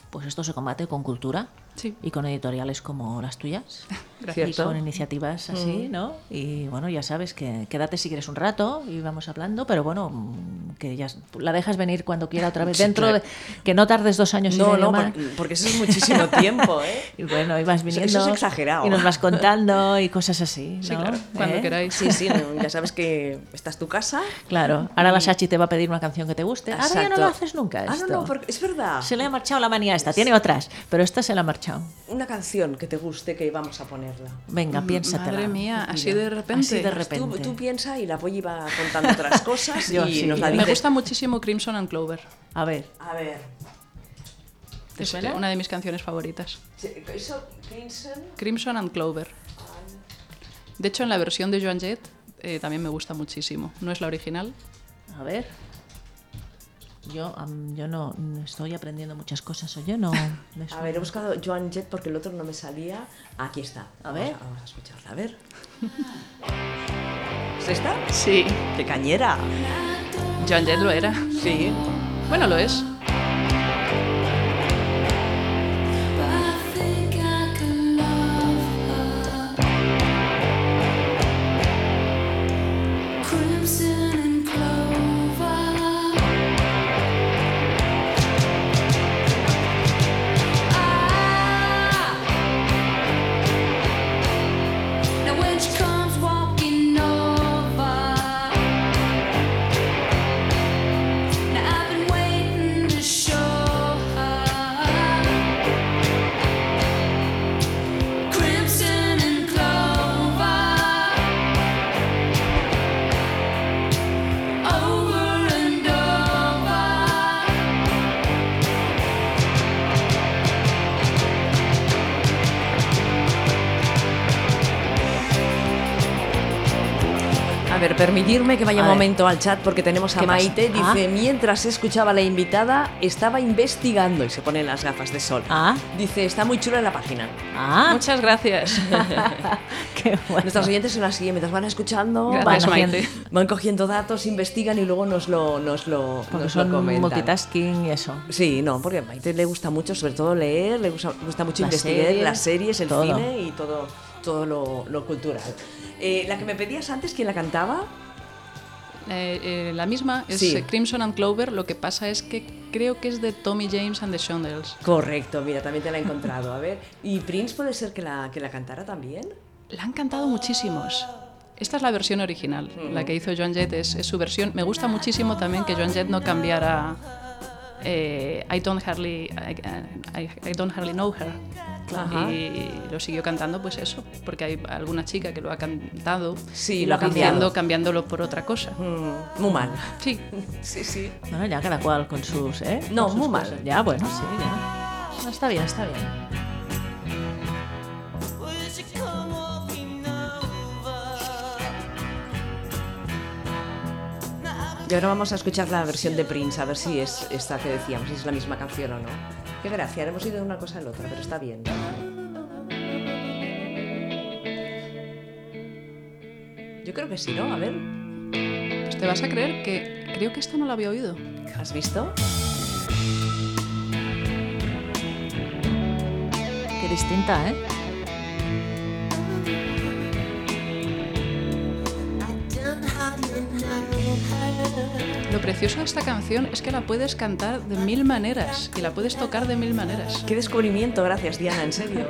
Pues esto se combate con cultura Sí. y con editoriales como las <laughs> tuyas. Gracias. Y con iniciativas Mm. así, ¿no? Y bueno, ya sabes que quédate si quieres un rato y vamos hablando, pero bueno, mm, que ya s- la dejas venir cuando quiera otra vez. Sí, Dentro claro. de que no tardes dos años y No, medio no, más. por- porque eso es muchísimo tiempo, ¿eh? <laughs> Y bueno, y vas viniendo. Eso es exagerado. Y nos vas contando y cosas así. Sí, ¿no? claro, cuando ¿Eh? queráis. Sí, sí, no, ya sabes que esta es tu casa. Claro. Ahora la Sachi te va a pedir una canción que te guste. Ahora Mm. ya no Exacto. lo haces nunca. Ah, no, no, esto. porque- es verdad. Se le ha marchado la manía esta. Tiene otras, pero esta se la ha marchado. Una canción que te guste que vamos a ponerla. Venga, Mm, piénsatela. Mm, Madre mía, así de repente. Así de Pues tú- repente. Tú, piensa y la Polly va contando <laughs> otras cosas Yo y sí. nos la Me dices. gusta muchísimo Crimson and Clover. A ver. A ver, Es una de mis canciones favoritas. sí, eso, Crimson, Crimson and Clover. De hecho, en la versión de Joan Jett eh, también me gusta muchísimo. No es la original. A ver. Yo, am, yo no no estoy aprendiendo muchas cosas, o yo no. me A suena. ver, he buscado Joan Jett porque el otro no me salía. Aquí está. A Vamos ver. Vamos a escucharla, a ver. ¿Es esta? Sí. ¡Qué cañera! Joan Jett lo era. Sí. Bueno, lo es. I think I can love her. Crimson and clover. Ah. Now when she comes walking over, now I've been waiting to show her crimson and clover, over and over. A ver, permitirme que vaya A un ver. momento al chat porque tenemos a ¿Qué pasa? Maite. Ah. Dice, mientras escuchaba a la invitada, estaba investigando y se ponen las gafas de sol. Ah. Dice, está muy chula la página. Ah, Muchas gracias. <laughs> qué bueno. Nuestros oyentes son así, mientras van escuchando, van, Gracias, haciendo- Maite. van cogiendo datos, investigan y luego nos lo, nos lo, Porque nos lo son comentan. multitasking y eso. Sí, no, porque a Maite le gusta mucho, sobre todo leer, le gusta, gusta mucho Las investigar series, las series, el todo. cine y todo, todo lo, lo cultural. Eh, la que me pedías antes, ¿quién la cantaba? Eh, eh, la misma es Sí. eh, Crimson and Clover, lo que pasa es que creo que es de Tommy James and the Shondells. Correcto, mira, también te la he encontrado. A ver, ¿y Prince puede ser que la, que la cantara también? La han cantado muchísimos. Esta es la versión original, la que hizo Joan Jett es, es su versión. Me gusta muchísimo también que Joan Jett no cambiara eh, I, don't hardly, I, I- I don't hardly know her. Ajá. Y lo siguió cantando, pues eso, porque hay alguna chica que lo ha cantado Sí, y lo lo ha ha cambiado. cambiándolo por otra cosa. Mm, muy mal. Sí, Sí, sí. Bueno, ya cada cual con sus. ¿eh? No, Con sus muy mal. cosas. Ya, bueno, sí, ya. No, está bien, está bien. Y ahora vamos a escuchar la versión de Prince, a ver si es esta que decíamos, si es la misma canción o no. Qué gracia, hemos ido de una cosa a la otra, pero está bien. Yo creo que sí, ¿no? A ver, pues te vas a creer que creo que esta no la había oído. ¿has visto? Qué distinta, ¿eh? Lo precioso de esta canción es que la puedes cantar de mil maneras y la puedes tocar de mil maneras. Qué descubrimiento, gracias Diana, en serio.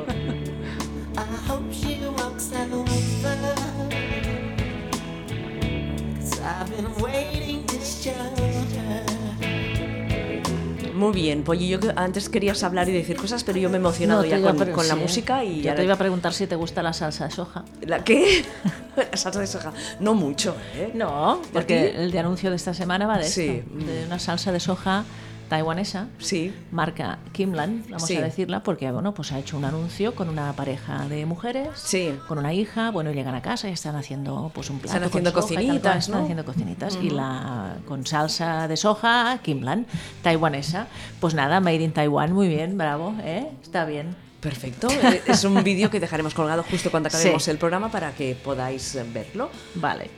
Muy bien, Polly, yo que- antes querías hablar y decir cosas, pero yo me he emocionado No, te ya iba a con, pre- con la sí, ¿eh? música y Yo ahora- te iba a preguntar si te gusta la salsa de soja. ¿La qué? <laughs> la salsa de soja. No mucho, ¿eh? No, ¿Y a porque ti? el de anuncio de esta semana va de esto, Sí. mm. de una salsa de soja taiwanesa, Sí. marca Kimland, vamos Sí. a decirla, porque bueno, pues ha hecho un anuncio con una pareja de mujeres, Sí. con una hija, bueno, y llegan a casa y están haciendo pues un plato Están con haciendo soja y tal cocinitas, cual, están ¿no? haciendo cocinitas y la con salsa de soja Kimland taiwanesa, pues nada, made in Taiwan, muy bien, bravo, ¿eh? está bien. Perfecto. Eh, Es un vídeo que dejaremos colgado justo cuando acabemos Sí. el programa para que podáis eh, verlo. Vale.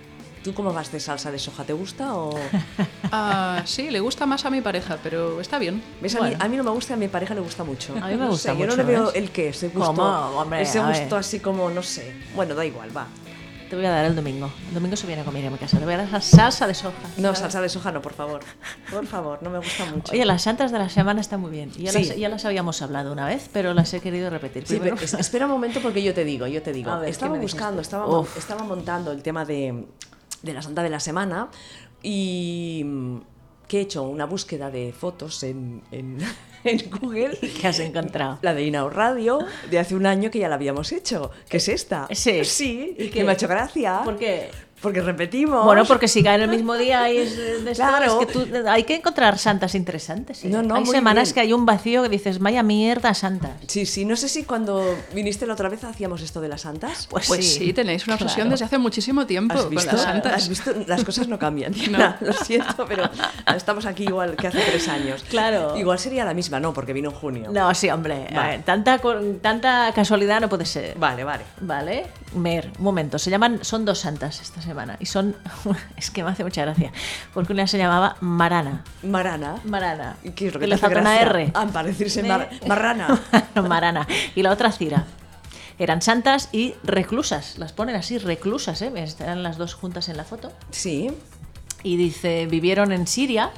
¿Tú cómo vas de salsa de soja? ¿Te gusta <laughs> o...? Ah, sí, le gusta más a mi pareja, pero está bien. ¿Ves? A, mí, a mí no me gusta, a mi pareja le gusta mucho. A mí me No gusta sé, Yo no mucho, le veo ¿ves? el qué, ese gusto. ¿Cómo? Hombre, ese a ver. gusto así como, no sé. Bueno, da igual, va. Te voy a dar el domingo. El domingo se viene a comer a mi casa. Te voy a dar esa salsa de soja. No, salsa de soja no, por favor. Por favor, no me gusta mucho. Oye, las santas de la semana están muy bien. Ya, Sí. las, ya las habíamos hablado una vez, pero las he querido repetir. Sí, pero Primero- <laughs> es- espera un momento porque yo te digo, yo te digo. A ver, ¿qué estaba me dices buscando, tú? estaba, mon- Uf. estaba montando el tema de, de la Santa de la Semana y mm, que he hecho una búsqueda de fotos en, en- <laughs> en <laughs> Google. ¿Qué has encontrado? La de Inao Radio de hace un año que ya la habíamos hecho, que es esta. Eh, Sí. Sí, ¿Y y que qué? me ha hecho gracia. ¿Por qué? Porque repetimos. Bueno, porque si cae en el mismo día y es de esto, Claro. es que tú- hay que encontrar santas interesantes. ¿eh? No, no, hay muy semanas bien. que hay un vacío que dices, vaya mierda, santas. Sí, sí, no sé si cuando viniste la otra vez hacíamos esto de las santas. Pues, Pues sí, tenéis una obsesión claro. desde hace muchísimo tiempo ¿Has con visto? las santas. ¿Has visto? Las cosas no <laughs> cambian. Diana, Lo siento, pero estamos aquí igual que hace tres años. Claro. Igual sería la misma, no, porque vino en junio. No, sí, hombre. Va. eh, tanta, co- tanta casualidad no puede ser. Vale, vale. Vale, Mer, un momento, se llaman, son dos santas esta semana y son, <laughs> es que me hace mucha gracia, porque una se llamaba Marana, Marana. Marana. ¿Qué es lo que, te Que le hace Ah, falta una gracia? R. <laughs> Ah, para decirse Me- mar- marrana. Marana. Y la otra Cira. eran santas y reclusas. Las ponen así, reclusas, ¿eh? Estarán las dos juntas en la foto. Sí. Y dice, vivieron en Siria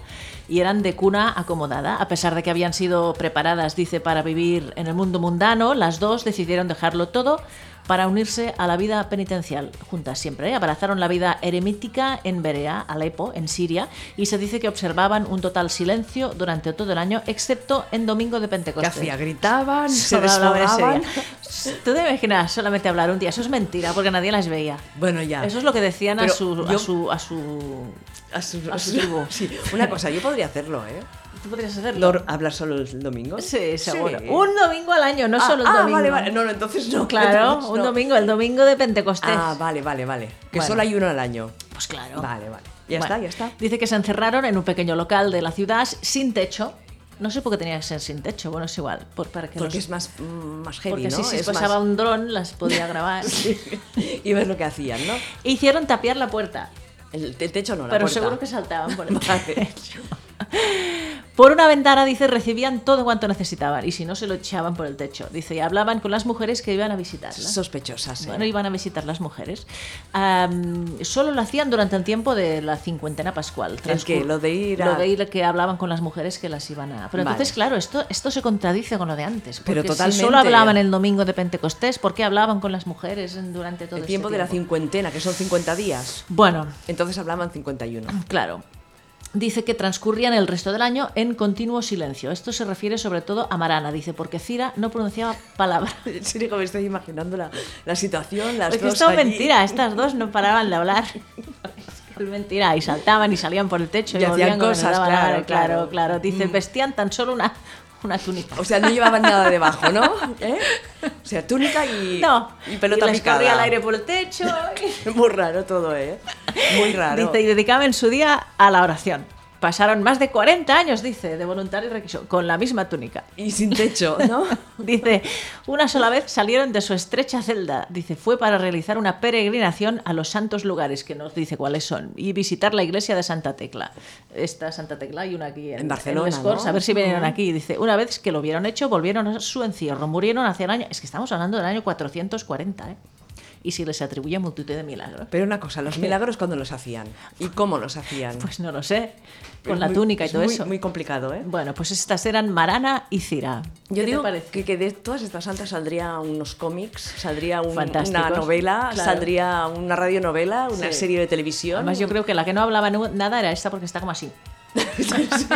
y eran de cuna acomodada. A pesar de que habían sido preparadas, dice, para vivir en el mundo mundano, las dos decidieron dejarlo todo para unirse a la vida penitencial juntas siempre. ¿eh? Abrazaron la vida eremítica en Berea, Alepo, en Siria, y se dice que observaban un total silencio durante todo el año, excepto en domingo de ¿Qué Pentecostés. hacía? <laughs> Gritaban, se Solo hablaban ese desfogaban. día. Tú te imaginas solamente hablar un día. Eso es mentira, porque nadie las veía. Bueno, ya. Eso es lo que decían a Pero su, a yo- su. a su. A su- a a su su- tribu. <laughs> Sí. Una cosa, yo podría hacerlo, ¿eh? ¿Tú podrías hacerlo? Lor- ¿Hablar solo el domingo? Sí, seguro. Sí. Un domingo al año, no Ah, solo un ah, domingo. vale, vale. No, no, entonces no. Claro, Entonces un no. domingo, el domingo de Pentecostés. Ah, vale, vale, vale. Que Bueno. solo hay uno al año. Pues claro. Vale, vale. Ya Bueno, está, ya está. Dice que se encerraron en un pequeño local de la ciudad sin techo. No sé por qué tenía que ser sin techo, bueno, es igual. Por, para que Porque los- es más, mm, más heavy, porque ¿no? si se es pasaba más- un dron las podía grabar. <laughs> E Y ves lo que hacían, ¿no? Hicieron tapiar la puerta, El, el techo no, la pero puerta. seguro que saltaban por el Vale. <laughs> Por una ventana, dice, recibían todo cuanto necesitaban y si no, se lo echaban por el techo. Dice, y hablaban con las mujeres que iban a visitarlas. Sospechosas. ¿eh? Bueno, iban a visitar las mujeres. Am, solo lo hacían durante el tiempo de la cincuentena pascual. ¿El qué? Transcur- Lo de ir a- Lo de ir que hablaban con las mujeres que las iban a... Pero Vale. entonces, claro, esto, esto se contradice con lo de antes. Pero porque totalmente. Si solo hablaban el domingo de Pentecostés, ¿por qué hablaban con las mujeres en- durante todo el este tiempo de la cincuentena, que son 50 días. Bueno, Entonces hablaban 51. <laughs> Claro. Dice que transcurrían el resto del año en continuo silencio. Esto se refiere sobre todo a Marana, dice, porque Cira no pronunciaba palabra. En serio, que me estoy imaginando la, la situación, las Es que dos esto es allí. mentira, estas dos no paraban de hablar. <laughs> Es mentira, y saltaban y salían por el techo y, Y hacían volvían cuando les cosas, daba la claro, gana, claro, claro. Mm. claro. Dice, vestían tan solo una, una túnica. O sea, no llevaban nada debajo, ¿no? <laughs> ¿Eh? O sea, túnica y, no, y pelota les picada. corría el aire por el <laughs> techo. y- Muy raro todo, ¿eh? Muy raro. <laughs> Dice, y dedicaban su día a la oración. Pasaron más de 40 años, dice, de voluntario y requisito, con la misma túnica. Y sin techo, ¿no? <laughs> Dice, una sola vez salieron de su estrecha celda. Dice, fue para realizar una peregrinación a los santos lugares, que nos dice cuáles son, y visitar la iglesia de Santa Tecla. Esta Santa Tecla hay una aquí en, En Barcelona, en Les Corts, ¿no? A ver si vinieron aquí. Dice, una vez que lo vieron hecho, volvieron a su encierro. Murieron hacia el año... Es que estamos hablando del año 440, ¿eh? Y si les atribuye multitud de milagros. <laughs> Pero una cosa, los milagros cuándo los hacían y cómo los hacían. Pues no lo sé. Es Con la muy- túnica y es todo muy- eso. Muy complicado, ¿eh? Bueno, pues estas eran Marana y Cira. ¿Qué Yo te digo parece? que, que de todas estas santas saldría unos cómics, saldría un- una Fantásticos, novela, claro. saldría una radionovela, una Sí. serie de televisión. Además, yo creo que la que no hablaba nu- nada era esta porque está como así. <laughs> <laughs> Sí, sí,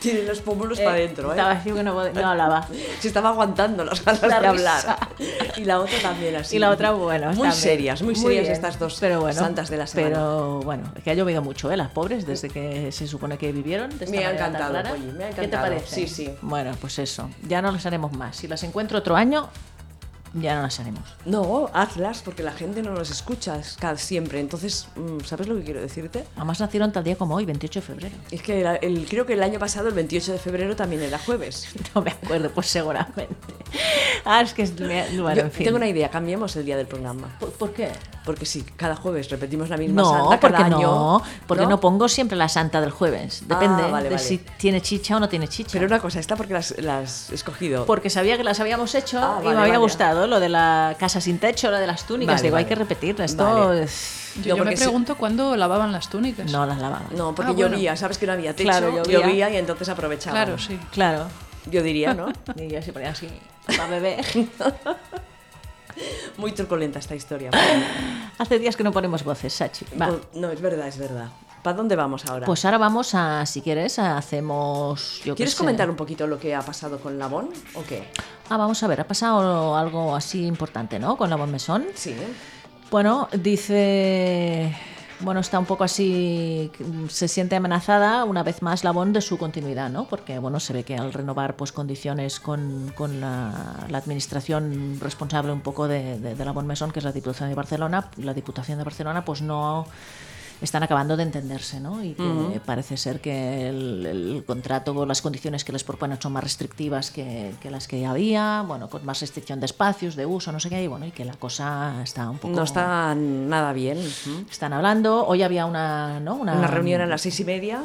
Tiene los pómulos para adentro, ¿eh? Estaba así que no, pod- no hablaba. Se estaba aguantando las ganas La de hablar. risa. Y la otra también así. Y la otra, bueno, Muy también. serias, muy serias bien. estas dos pero bueno, santas de la semana. Pero bueno, es que ha llovido mucho, ¿eh? Las pobres, desde que se supone que vivieron. de esta Me ha manera tan encantado, rara. Polly, me ha ¿Qué te encantado. parece? Sí, sí. Bueno, pues eso. Ya no las haremos más. Si las encuentro otro año, ya no las haremos. No, hazlas porque la gente no nos escucha es ca- siempre. Entonces, mm, ¿sabes lo que quiero decirte? Además, nacieron tal día como hoy, 28 de febrero. <laughs> Es que la- el- creo que el año pasado, el 28 de febrero, también era jueves. No me acuerdo, pues seguramente. Ah, es que. es- me- Bueno, Yo en fin. Tengo una idea, cambiemos el día del programa. ¿Por- ¿Por qué? Porque sí, cada jueves repetimos la misma No, santa cada porque año. no, porque no? pongo siempre la santa del jueves. Depende Ah, vale, de vale. si tiene chicha o no tiene chicha. Pero una cosa, esta porque las, las he escogido. Porque sabía que las habíamos hecho Ah, y vale, me había vale. gustado lo de la casa sin techo, lo de las túnicas. Vale, Digo, hay vale. que repetirla. Esto Vale. es- No, Yo, yo me porque sí. pregunto cuándo lavaban las túnicas. no las lavaba. No, porque Ah, bueno. llovía, sabes que no había techo, Claro, llovía. llovía. y entonces aprovechaba. Claro, sí. Claro. Yo diría, <laughs> ¿no? Y yo se ponía así para beber. Muy truculenta esta historia. <laughs> Hace días que no ponemos voces, Sachi. Va. Bueno, No, es verdad, es verdad. ¿Para dónde vamos ahora? Pues ahora vamos a, si quieres, a- hacemos. Yo qué ¿Quieres sé. comentar un poquito lo que ha pasado con Labón o qué? Ah, vamos a ver, ha pasado algo así importante, ¿no? Con la Bonmesón. Sí. ¿eh? Bueno, dice. Bueno, está un poco así, mm, se siente amenazada una vez más la BON de su continuidad, ¿no? Porque, bueno, se ve que al renovar pues, condiciones con, con la, la administración responsable un poco de, de- de la BON Mesón, que es la Diputación de Barcelona, la Diputación de Barcelona, pues no están acabando de entenderse, ¿no? Y que parece ser que el, el contrato o las condiciones que les proponen son más restrictivas que, que las que ya había, bueno, con más restricción de espacios, de uso, no sé qué, y bueno, y que la cosa está un poco No está nada bien. Ujú. están hablando. Hoy había una, ¿no? una, Una reunión a las seis y media.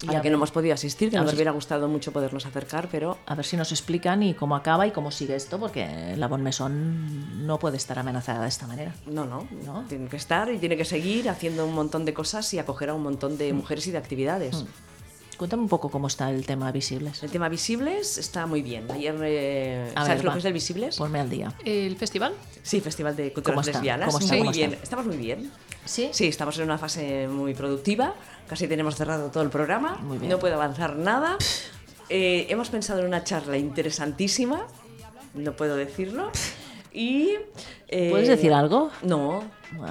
a la a que ver- no hemos podido asistir, que a nos ver- hubiera gustado mucho podernos acercar, pero A ver si nos explican y cómo acaba y cómo sigue esto, porque la Bon Maison no puede estar amenazada de esta manera. no, no, ¿No? tiene que estar y tiene que seguir haciendo un montón de cosas y acoger a un montón Mm. de mujeres y de actividades. Cuéntame un poco cómo está el tema visibles. El tema visibles está muy bien. Ayer, eh, A ¿sabes ver, lo va. que es del visibles? Ponme al día. ¿El festival? Sí, Festival de ¿Cómo Culturas está? Lesbianas. ¿Cómo está? Muy ¿Cómo bien, está? estamos muy bien. ¿Sí? Sí, estamos en una fase muy productiva. Casi tenemos cerrado todo el programa. Muy bien. No puedo avanzar nada. Eh, hemos pensado en una charla interesantísima. No puedo decirlo. Y. eh, ¿Puedes decir algo? No. Buah.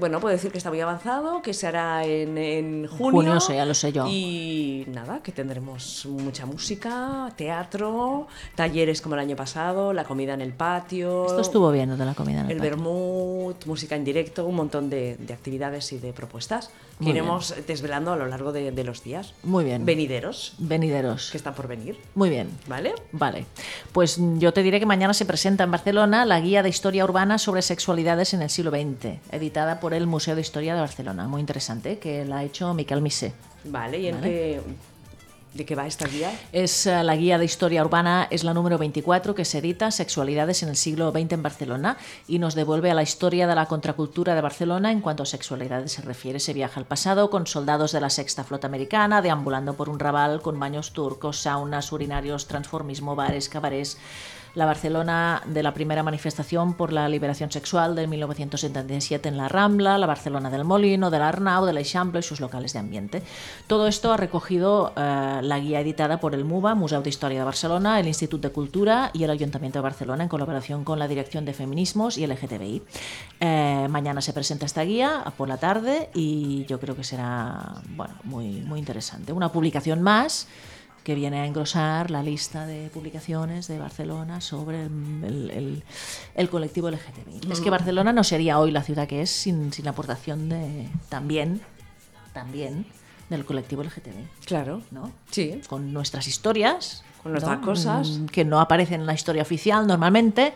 Bueno, puedo decir que está muy avanzado, que se hará en, en junio. junio, sí, ya lo sé yo. Y nada, que tendremos mucha música, teatro, talleres como el año pasado, la comida en el patio. Esto estuvo bien, lo de la comida. en el El patio. vermut, música en directo, un montón de, de actividades y de propuestas que Muy iremos desvelando a lo largo de, de los días. Muy bien. Venideros, Venideros. que están por venir, Muy bien. ¿vale? Vale, pues yo te diré que mañana se presenta en Barcelona la guía de historia urbana sobre sexualidades en el siglo XX, editada por el Museo de Historia de Barcelona. Muy interesante, que la ha hecho Miquel Misé. Vale, ¿y en Vale. qué- de qué va esta guía? Es eh, la guía de historia urbana, es la número 24 que se edita Sexualidades en el siglo XX en Barcelona y nos devuelve a la historia de la contracultura de Barcelona en cuanto a sexualidades se refiere. Se viaja al pasado con soldados de la sexta flota americana, deambulando por un rabal con baños turcos, saunas, urinarios, transformismo, bares, cabarets. La Barcelona de la primera manifestación por la liberación sexual de 1977 en la Rambla, la Barcelona del Molino, del Arnau, del Eixample y sus locales de ambiente. Todo esto ha recogido eh, la guía editada por el MUBA, Museu de Historia de Barcelona, el Institut de Cultura y el Ayuntamiento de Barcelona en colaboración con la Dirección de Feminismos y el LGTBI. Eh, mañana se presenta esta guía a por la tarde y yo creo que será bueno, muy, muy interesante. Una publicación más que viene a engrosar la lista de publicaciones de Barcelona sobre el, el- el- el colectivo LGTBI. Mm. Es que Barcelona no sería hoy la ciudad que es sin, sin la aportación de, también, también del colectivo LGTBI, Claro, ¿no? sí. Con nuestras historias. Con nuestras cosas. Mm, Que no aparecen en la historia oficial normalmente,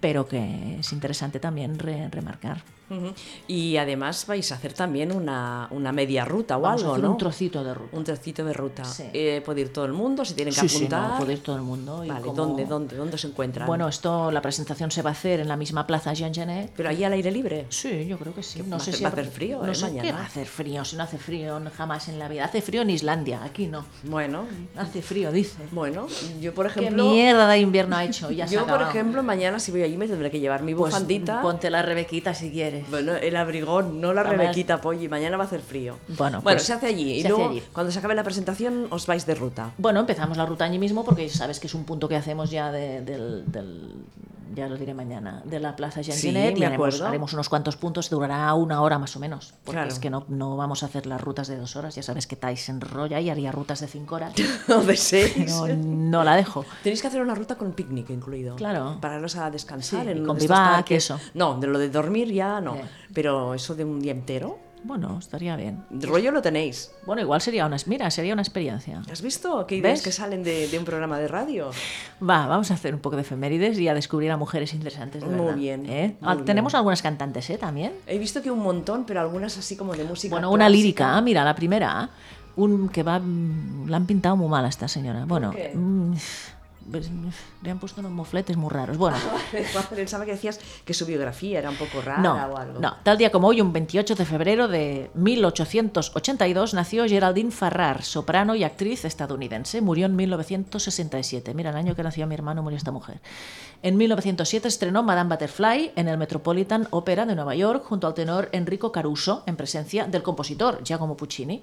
pero que es interesante también re- remarcar. Ujú. Y además vais a hacer también una, una media ruta o Vamos algo, a hacer ¿no? un trocito de ruta. Un trocito de ruta. Sí. Eh, puede ir todo el mundo, se tienen que Sí, sí, no, apuntar. puede ir todo el mundo. y Vale, como- ¿dónde, dónde, dónde se encuentran? Bueno, esto, la presentación se va a hacer en la misma plaza Jean Genet. pero ahí al aire libre. Sí, yo creo que sí. va No a sé hacer- si va a habrá- hacer frío, No ¿eh? sé qué mañana. va a hacer frío. Si no hace frío jamás en la vida. Hace frío en Islandia, aquí no. Bueno, Hace frío, dice. bueno, yo por ¿Qué ejemplo. mierda de invierno ha hecho? <laughs> Ya se ha Yo, por acabado. ejemplo, mañana si voy allí me tendré que llevar mi Pues, bufandita. Ponte la rebequita si quieres. Bueno, el abrigón, no la Además- rebequita, pollo, y mañana va a hacer frío. bueno Bueno, pues, se hace allí. Y se hace luego, allí. cuando se acabe la presentación, os vais de ruta. <laughs> Bueno, empezamos la ruta allí mismo porque sabes que es un punto que hacemos ya de- del, del- ya lo diré mañana, de la Plaza Jean Sí, Genet y me haremos, acuerdo. haremos unos cuantos puntos, durará una hora más o menos, porque Claro. es que no, no vamos a hacer las rutas de dos horas, ya sabes que Thais se enrolla y haría rutas de <laughs> cinco horas, No de seis. pero no la dejo. Tenéis que hacer una ruta con picnic incluido. Claro. Pararos a descansar Sí, en y uno con de estos vivac y parques. eso. No, de lo de dormir ya no. Sí. Pero eso de un día entero, Bueno, estaría bien. rollo lo tenéis. Bueno, igual sería una, mira, sería una experiencia. ¿Has visto? ¿Qué ideas ¿Ves? que salen de, de un programa de radio? Va, vamos a hacer un poco de efemérides y a descubrir a mujeres interesantes. De Muy verdad, bien, ¿eh? muy Tenemos algunas cantantes, ¿eh? También. He visto que un montón, pero algunas así como de música. Bueno, una clásica. lírica, ah, mira, la primera, ah, un que va, mm, la han pintado muy mal a esta señora. Bueno, qué? mm, pues, mm, le han puesto unos mofletes muy raros. Bueno, Pensaba que decías que su biografía era un poco rara o no, algo. no, tal día como hoy, un 28 de febrero de 1882, nació Geraldine Farrar, soprano y actriz estadounidense. Murió en 1967. Mira, el año que nació mi hermano murió esta mujer. En 1907 estrenó Madame Butterfly en el Metropolitan Opera de Nueva York junto al tenor Enrico Caruso en presencia del compositor Giacomo Puccini.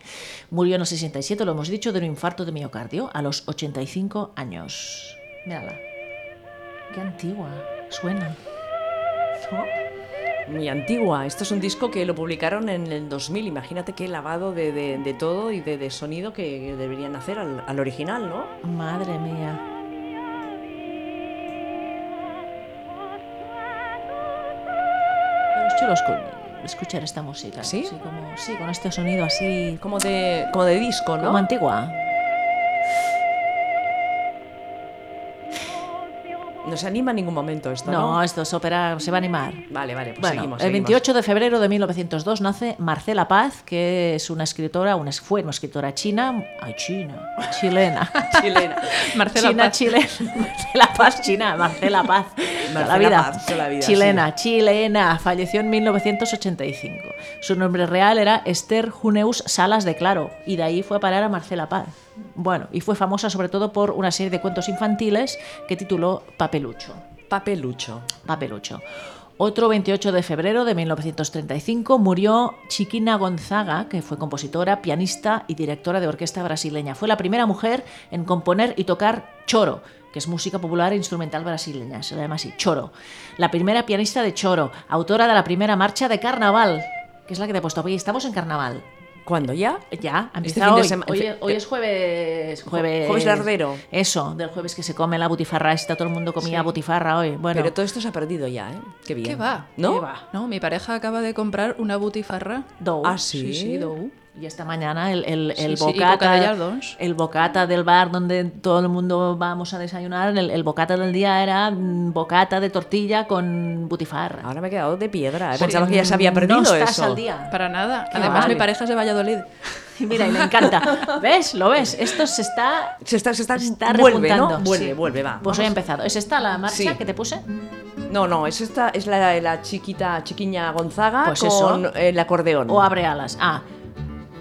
Murió en el 67, lo hemos dicho, de un infarto de miocardio a los 85 años. Mírala. Qué antigua. Suena. Oh. ¿No? Muy antigua. Esto es un disco que lo publicaron en el 2000. Imagínate qué lavado de, de- de todo y de, de sonido que deberían hacer al, al original, ¿no? Madre mía. Es chulo escu- escuchar esta música. ¿Sí? como, sí, con este sonido así. Como de, como de disco, ¿no? Como antigua. No se anima en ningún momento esto, ¿no? No, esto es ópera, se va a animar. Vale, vale, pues Bueno, seguimos. el seguimos. 28 de febrero de 1902 nace Marcela Paz, que es una escritora, una, fue una escritora china, ay, china, <laughs> chilena. Chilena. Marcela china, Paz. chilena. <laughs> Marcela Paz, china, Marcela Paz. toda Marcela la vida. Paz, toda la vida, chilena, chilena. Falleció en 1985. Su nombre real era Esther Juneus Salas de Claro, y de ahí fue a parar a Marcela Paz. Bueno, y fue famosa sobre todo por una serie de cuentos infantiles que tituló Papelucho. Papelucho. Papelucho. Otro 28 de febrero de 1935 murió Chiquina Gonzaga, que fue compositora, pianista y directora de orquesta brasileña. Fue la primera mujer en componer y tocar choro, que es música popular e instrumental brasileña, se llama así, choro. La primera pianista de choro, autora de la primera marcha de carnaval, que es la que te he puesto. Oye, estamos en carnaval. ¿Cuándo ya? Ya, ha Este empezado fin de hoy. sema- Hoy, fe- hoy es jueves, jueves. Jueves lardero. Eso, del jueves que se come la butifarra esta, todo el mundo comía butifarra hoy. Bueno, Pero todo esto se ha perdido ya, ¿eh? Qué bien. ¿Qué va? ¿No? ¿Qué va? No, mi pareja acaba de comprar una butifarra. Dou. Ah, sí. Sí, sí, dou. Y esta mañana el, el, el Sí, sí, y bocata, Coca de Yardos. el bocata del bar donde todo el mundo vamos a desayunar, el, el bocata del día era mm, bocata de tortilla con butifarra. Ahora me he quedado de piedra. ¿eh? Sí, Pensaba que ya se había perdido no estás eso. al día. <laughs> Para nada. Además, vale. mi pareja es de Valladolid. <laughs> Y Mira, y le encanta. ¿Ves? ¿Lo ves? Esto se está... Se está, se está, se está vuelve, repuntando. ¿no? Vuelve, Sí. vuelve, va. Pues hoy ha empezado. ¿Es esta la marcha Sí. que te puse? No, no, es esta, es la, la chiquita, chiquiña Gonzaga Pues con eso. el acordeón. O abre alas. Ah,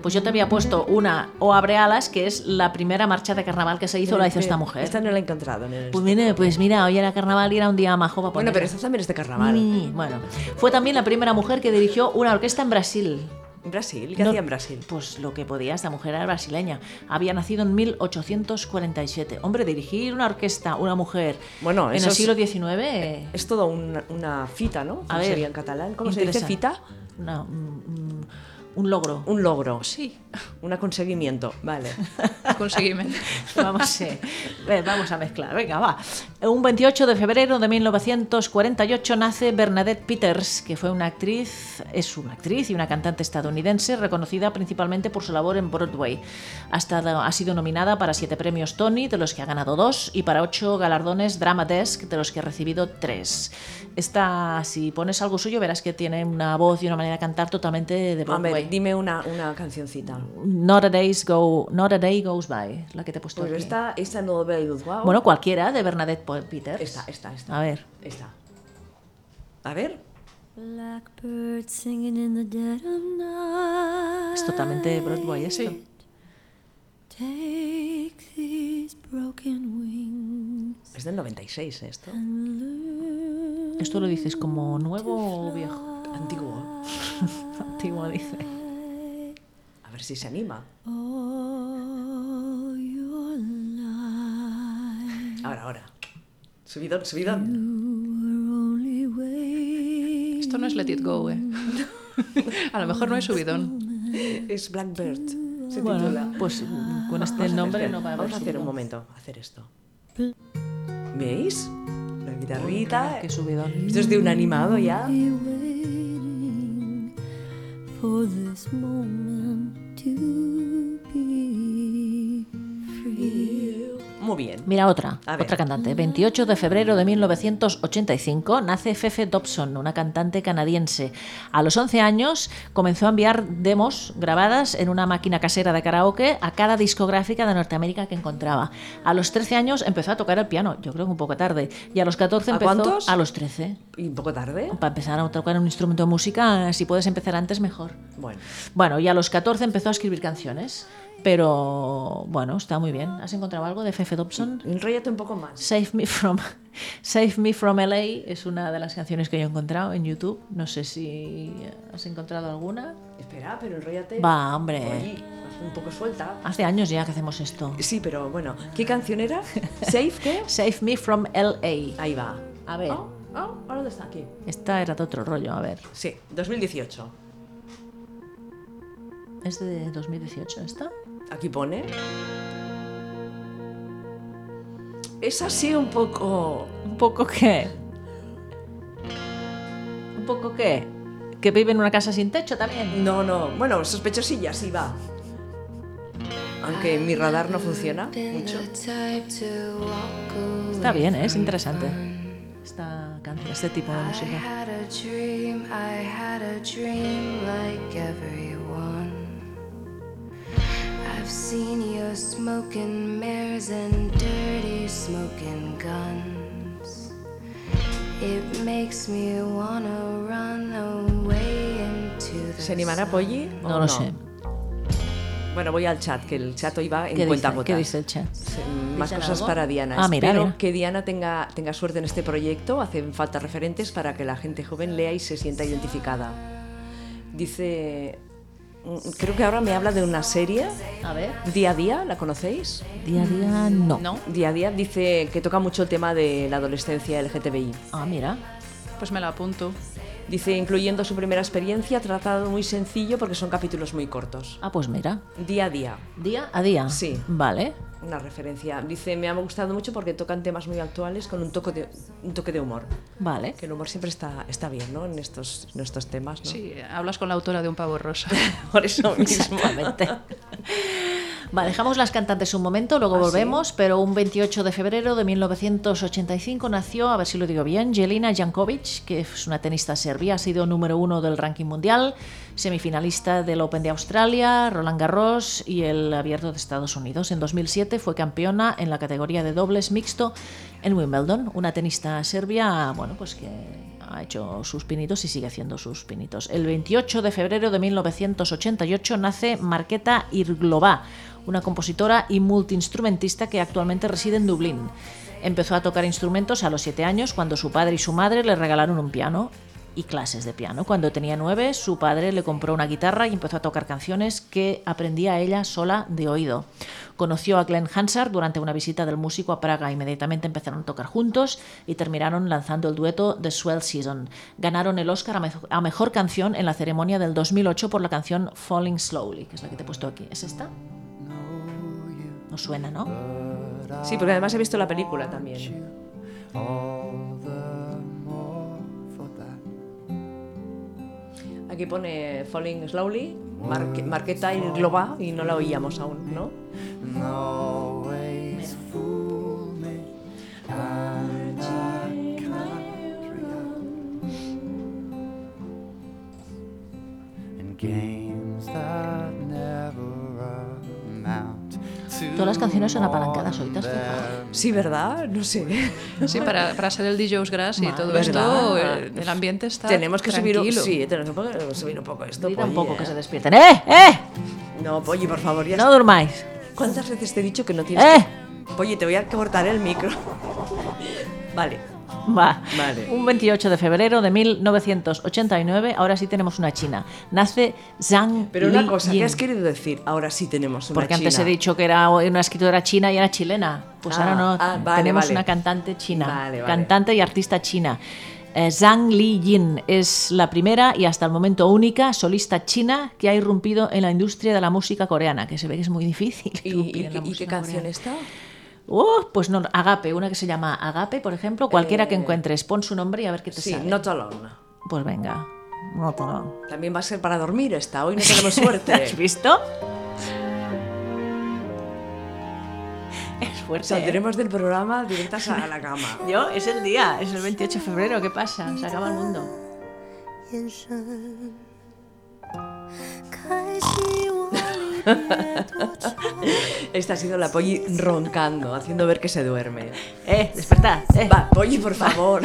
pues yo te había puesto una o abre alas, que es la primera marcha de carnaval que se hizo, la hizo esta mujer. Eh, Esta no la he encontrado. en el- Pues mira, pues mira, hoy era carnaval y era un día majo para bueno, ponerla. pero esta también es de carnaval. Ni- Mm, Bueno, fue también la primera mujer que dirigió una orquesta en Brasil. ¿En Brasil? ¿Qué No- hacía en Brasil? Pues lo que podía, esta mujer era brasileña. Había nacido en 1847. Hombre, dirigir una orquesta, una mujer, Bueno, en eso el es- eh, siglo XIX... Es todo una, una fita, ¿no? A ¿Cómo ver, sería en catalán? ¿Cómo se dice interesante. fita? no, un, un- mm, un logro. Un logro, Sí, un conseguimiento, vale. <laughs> Pues conseguíme. Vamos, eh, ve, vamos a mezclar, venga, va. Un 28 de febrero de 1948 nace Bernadette Peters, que fue una actriz, es una actriz y una cantante estadounidense reconocida principalmente por su labor en Broadway. Ha, estado- ha sido nominada para siete premios Tony, de los que ha ganado dos, y para ocho galardones Drama Desk, de los que ha recibido tres. Esta, si pones algo suyo, verás que tiene una voz y una manera de cantar totalmente de A Broadway. ver, dime una, una cancioncita. Not a, days go, not a Day Goes By, la que te he puesto Pues aquí. esta, esta no veo el wow. Bueno, Ah. cualquiera de Bernadette Po- Peters. esta, esta, esta. A ver. Esta. A ver. Blackbird singing in the dead of night. Es totalmente Broadway esto. Sí. Take these broken wings Es del 96 esto. and loose ¿Esto lo dices como nuevo o viejo? <laughs> Antiguo. Antiguo dice. A ver si se anima. all your life. Ahora, ahora. Subidón, subidón. You were only waiting. Esto no es Let It Go, ¿eh? <laughs> A lo mejor no hay subidón. Es Blackbird. Se titula. Bueno, pues mm, con este nombre Espera, no va a haber Vamos a hacer un subidón. momento, hacer esto. ¿Veis? La guitarrita. Qué subidón. Esto es de un animado ya. be waiting for this moment to be free. Muy bien. Mira otra, A ver. otra cantante. 28 de febrero de 1985 nace Fefe Dobson, una cantante canadiense. A los 11 años comenzó a enviar demos grabadas en una máquina casera de karaoke a cada discográfica de Norteamérica que encontraba. A los 13 años empezó a tocar el piano, yo creo que un poco tarde. Y a los 14 ¿A empezó cuántos? a los 13. ¿Y un poco tarde? Para empezar a tocar un instrumento de música, eh, si puedes empezar antes, mejor. Bueno. Bueno, y a los 14 empezó a escribir canciones. Pero bueno, está muy bien. ¿Has encontrado algo de Fefe Dobson? Enrollate un poco más. Save Me From <laughs> Save Me From LA es una de las canciones que yo he encontrado en YouTube. No sé si has encontrado alguna. Espera, pero enrollate. Va, hombre. Oye, haz un poco suelta. Hace años ya que hacemos esto. Sí, pero bueno. ¿Qué canción <laughs> era? ¿Safe qué? Save Me From LA. Ahí va. A ver, Oh, oh, ¿ahora dónde está? Aquí. esta era de otro rollo, a ver. Sí, 2018. ¿Es de 2018 esta? Aquí pone. Es así un poco. ¿Un poco qué? ¿Un poco qué? ¿Que vive en una casa sin techo también? No, no. Bueno, sospechosilla, sí va. Aunque mi radar no funciona mucho. Está bien, ¿eh? es interesante. esta canción, este tipo de I música. had a dream, I had a dream like everyone. I've seen you smoking mirrors and dirty smoking guns. It makes me wanna run away into the ¿Se animará sun. Polly? o Oh, No lo sé. Bueno, voy al chat, que el chat hoy va en ¿Qué cuenta dice, ¿Qué dice el chat? Más ¿Dicen cosas algo? para Diana. Ah, mira, Espero mira. que Diana tenga, tenga suerte en este proyecto. Hacen falta referentes para que la gente joven lea y se sienta identificada. Dice. mm, Creo que ahora me habla de una serie. A ver. Día a día, ¿la conocéis? Día a día, no. No, Día a día dice que toca mucho el tema de la adolescencia LGTBI. Ah, mira. pues me la apunto. Dice, incluyendo su primera experiencia, tratado muy sencillo porque son capítulos muy cortos. Ah, pues mira. Día a día, Día a día. Sí. Vale. una referencia. Dice, me ha gustado mucho porque tocan temas muy actuales con un toque de, un toque de humor. Vale. Que el humor siempre está, está bien, ¿no? En estos, en estos temas, ¿no? Sí, hablas con la autora de Un pavo rosa. <laughs> Por eso mismo. Exactamente. Vale, dejamos las cantantes un momento, luego volvemos, pero un 28 de febrero de 1985 nació, a ver si lo digo bien, Jelina Jankovic, que es una tenista serbia, ha sido número uno del ranking mundial, semifinalista del Open de Australia, Roland Garros y el Abierto de Estados Unidos. En 2007 fue campeona en la categoría de dobles mixto en Wimbledon, una tenista serbia, bueno, pues que ha hecho sus pinitos y sigue haciendo sus pinitos. El 28 de febrero de 1988 nace Marqueta Irglova, una compositora y multiinstrumentista que actualmente reside en Dublín. Empezó a tocar instrumentos a los 7 años cuando su padre y su madre le regalaron un piano y clases de piano. Cuando tenía 9, su padre le compró una guitarra y empezó a tocar canciones que aprendía ella sola de oído. Conoció a Glenn Hansard durante una visita del músico a Praga. Inmediatamente empezaron a tocar juntos y terminaron lanzando el dueto The Swell Season. Ganaron el Oscar a, mejo- a Mejor Canción en la ceremonia del 2008 por la canción Falling Slowly, que es la que te he puesto aquí. ¿Es esta? No suena, ¿no? Sí, porque además he visto la película también. All the more for that. Aquí pone Falling Slowly, Marque- Marqueta y Globa, y no la oíamos aún, ¿no? And always fool me. And I can't react. And games that never amount to Todas las canciones son more apalancadas, hoy te has than fijado. Sí, ¿verdad? No sé. Sí, para, para ser el DJ's Grass y todo esto, eh, ¿Verdad? el, el ambiente está tenemos que subir un, tranquilo. sí, tenemos que po- subir un poco esto. Mira un Polly, poco ¿eh? que se despierten. ¡Eh! ¡Eh! No, Polly, por favor, ya No durmáis. ¿Cuántas veces te he dicho que no tienes ¡Eh! que- Oye, te voy a cortar el micro. <laughs> vale. Va. Vale. Un 28 de febrero de 1989, ahora sí tenemos una china. Nace Zhang Pero una Li cosa, ¿qué Yin. has querido decir? Ahora sí tenemos una Porque antes china. he dicho que era una escritora china y era chilena. Pues Ah, ahora no. ah, vale, tenemos vale. una cantante china. Vale, vale. Cantante y artista china. Eh, Zhang Li Yin es la primera y hasta el momento única solista china que ha irrumpido en la industria de la música coreana, que se ve que es muy difícil. ¿Y, irrumpir y- en la y qué música canción coreana. está? Oh, pues no, Agape, una que se llama Agape, por ejemplo. Cualquiera que Eh, encuentres, pon su nombre y a ver qué te Sí, sale. Not Alone. Pues venga, no te <laughs> lo- También va a ser para dormir esta, <laughs> hoy no tenemos suerte. ¿Has visto? Es fuerte. ¿eh? Saldremos del programa directas a la cama. Yo, es el día, es el 28 de febrero, ¿qué pasa? Se acaba el mundo. 眼神，开启我离别多久？ Esta ha sido la Polly roncando, haciendo ver que se duerme. Eh, despertad, eh. Va, Polly, por <laughs> favor.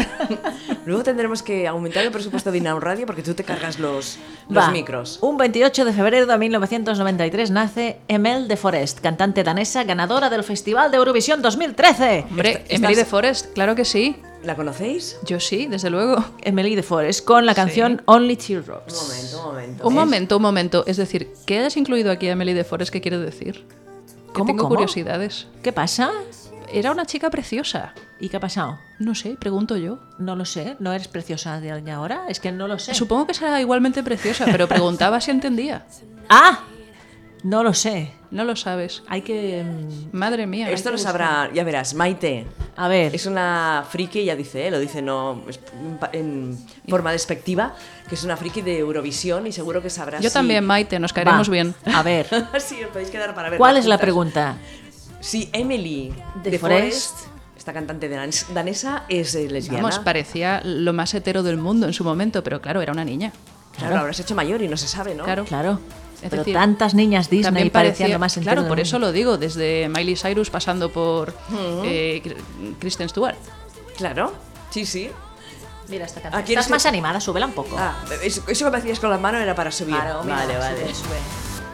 Luego tendremos que aumentar el presupuesto de Inaun Radio porque tú te cargas los, los Va. micros. Un 28 de febrero de 1993 nace Emel de Forest, cantante danesa ganadora del Festival de Eurovisión 2013. Hombre, Emily de Forest, claro que sí. ¿La conocéis? Yo sí, desde luego. Emily de Forest con la canción Only Teardrops. Un momento, un momento. Un momento, un momento. Es decir, que hayas incluido aquí a Emily de Forest, ¿qué quiero decir? Que ¿Cómo, tengo cómo? curiosidades. ¿Qué pasa? Era una chica preciosa. ¿Y qué ha pasado? No sé, pregunto yo. No lo sé, no eres preciosa de de ahora, es que no lo sé. Supongo que será igualmente preciosa, pero preguntaba si entendía. ¡Ah! No lo sé. No lo sabes. Hay que. mm, Madre mía. Esto hay lo que sabrá, ya verás, Maite. A ver. Es una friki, ya dice, ¿eh? lo dice no es pa- en forma despectiva, que es una friki de Eurovisión y seguro que sabrás. buscar. Yo si- <laughs> también, Maite, nos caeremos va, bien. A ver. sí, os podéis quedar para ver. ¿Cuál es la juntas. pregunta? Si Emily De de, Forest Forest, esta cantante danes- danesa es eh, lesbiana. Vamos, parecía lo más hetero del mundo en su momento, pero claro, era una niña. Claro, lo habrás hecho mayor y no se sabe, ¿no? Claro. Claro. Es Pero decir, tantas niñas Disney También parecían parecía- lo más entero Claro, del por mundo. eso lo digo, desde Miley Cyrus pasando por eh, Cr- Kristen Stewart. Claro. Sí, sí. Mira esta canción. Estás ¿Quieres- más animada, súbela un poco. Ah, eso, eso que me hacías con la mano era para subir. Claro, mira, vale, vale. sube, sube.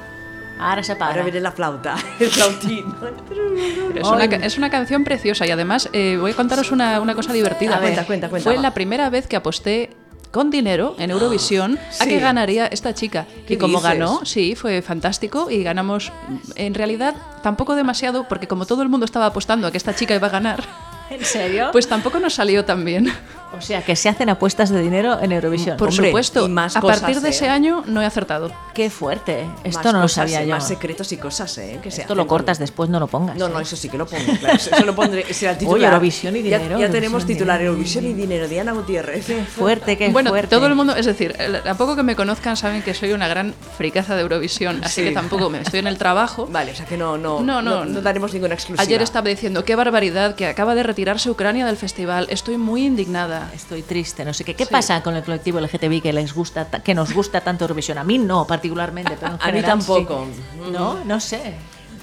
Ahora se para. Ahora viene la flauta, <laughs> el flautín. Pero es, una, ca- es una canción preciosa y además eh, voy a contaros una, una cosa divertida. A ver, Ah, cuenta, cuenta, cuenta, Fue va. la primera vez que aposté con dinero <gasps> en Eurovisión a que Sí. ganaría esta chica. ¿Qué Y como dices? ganó, sí, fue fantástico y ganamos en realidad tampoco demasiado porque como todo el mundo estaba apostando a que esta chica iba a ganar, ¿En serio? pues tampoco nos salió <laughs> tan bien. o sea, que se hacen apuestas de dinero en Eurovisión. Por Hombre, supuesto, y más a cosas, partir de ¿eh? ese año no he acertado. Qué fuerte. Esto Más no lo cosas sabía y yo. Más secretos y cosas, ¿eh? Que se Esto hacen lo con- cortas después, no lo pongas. No, ¿eh? no, eso sí que lo pongo. Claro, eso, eso lo pondré. <laughs> Será el titular. Oye, Eurovisión y Ya- dinero, Ya, Eurovisión tenemos y titular dinero. Eurovisión y dinero. Diana Gutiérrez. Fuerte, qué bueno, fuerte. todo el mundo, es decir, el- tampoco que me conozcan saben que soy una gran fricaza de Eurovisión, así Sí. que tampoco me estoy en <laughs> el trabajo. Vale, o sea que no, no, No, no, daremos ninguna pues exclusiva. Ayer estaba diciendo, qué barbaridad, que acaba de retirarse Ucrania del festival, estoy muy indignada. Estoy triste, no sé qué. ¿Qué pasa con el colectivo LGTBI que les gusta, ta- que nos gusta tanto Eurovisión? A mí no, particularmente, pero <laughs> en A mí general sí. tampoco. Mm. No, no sé.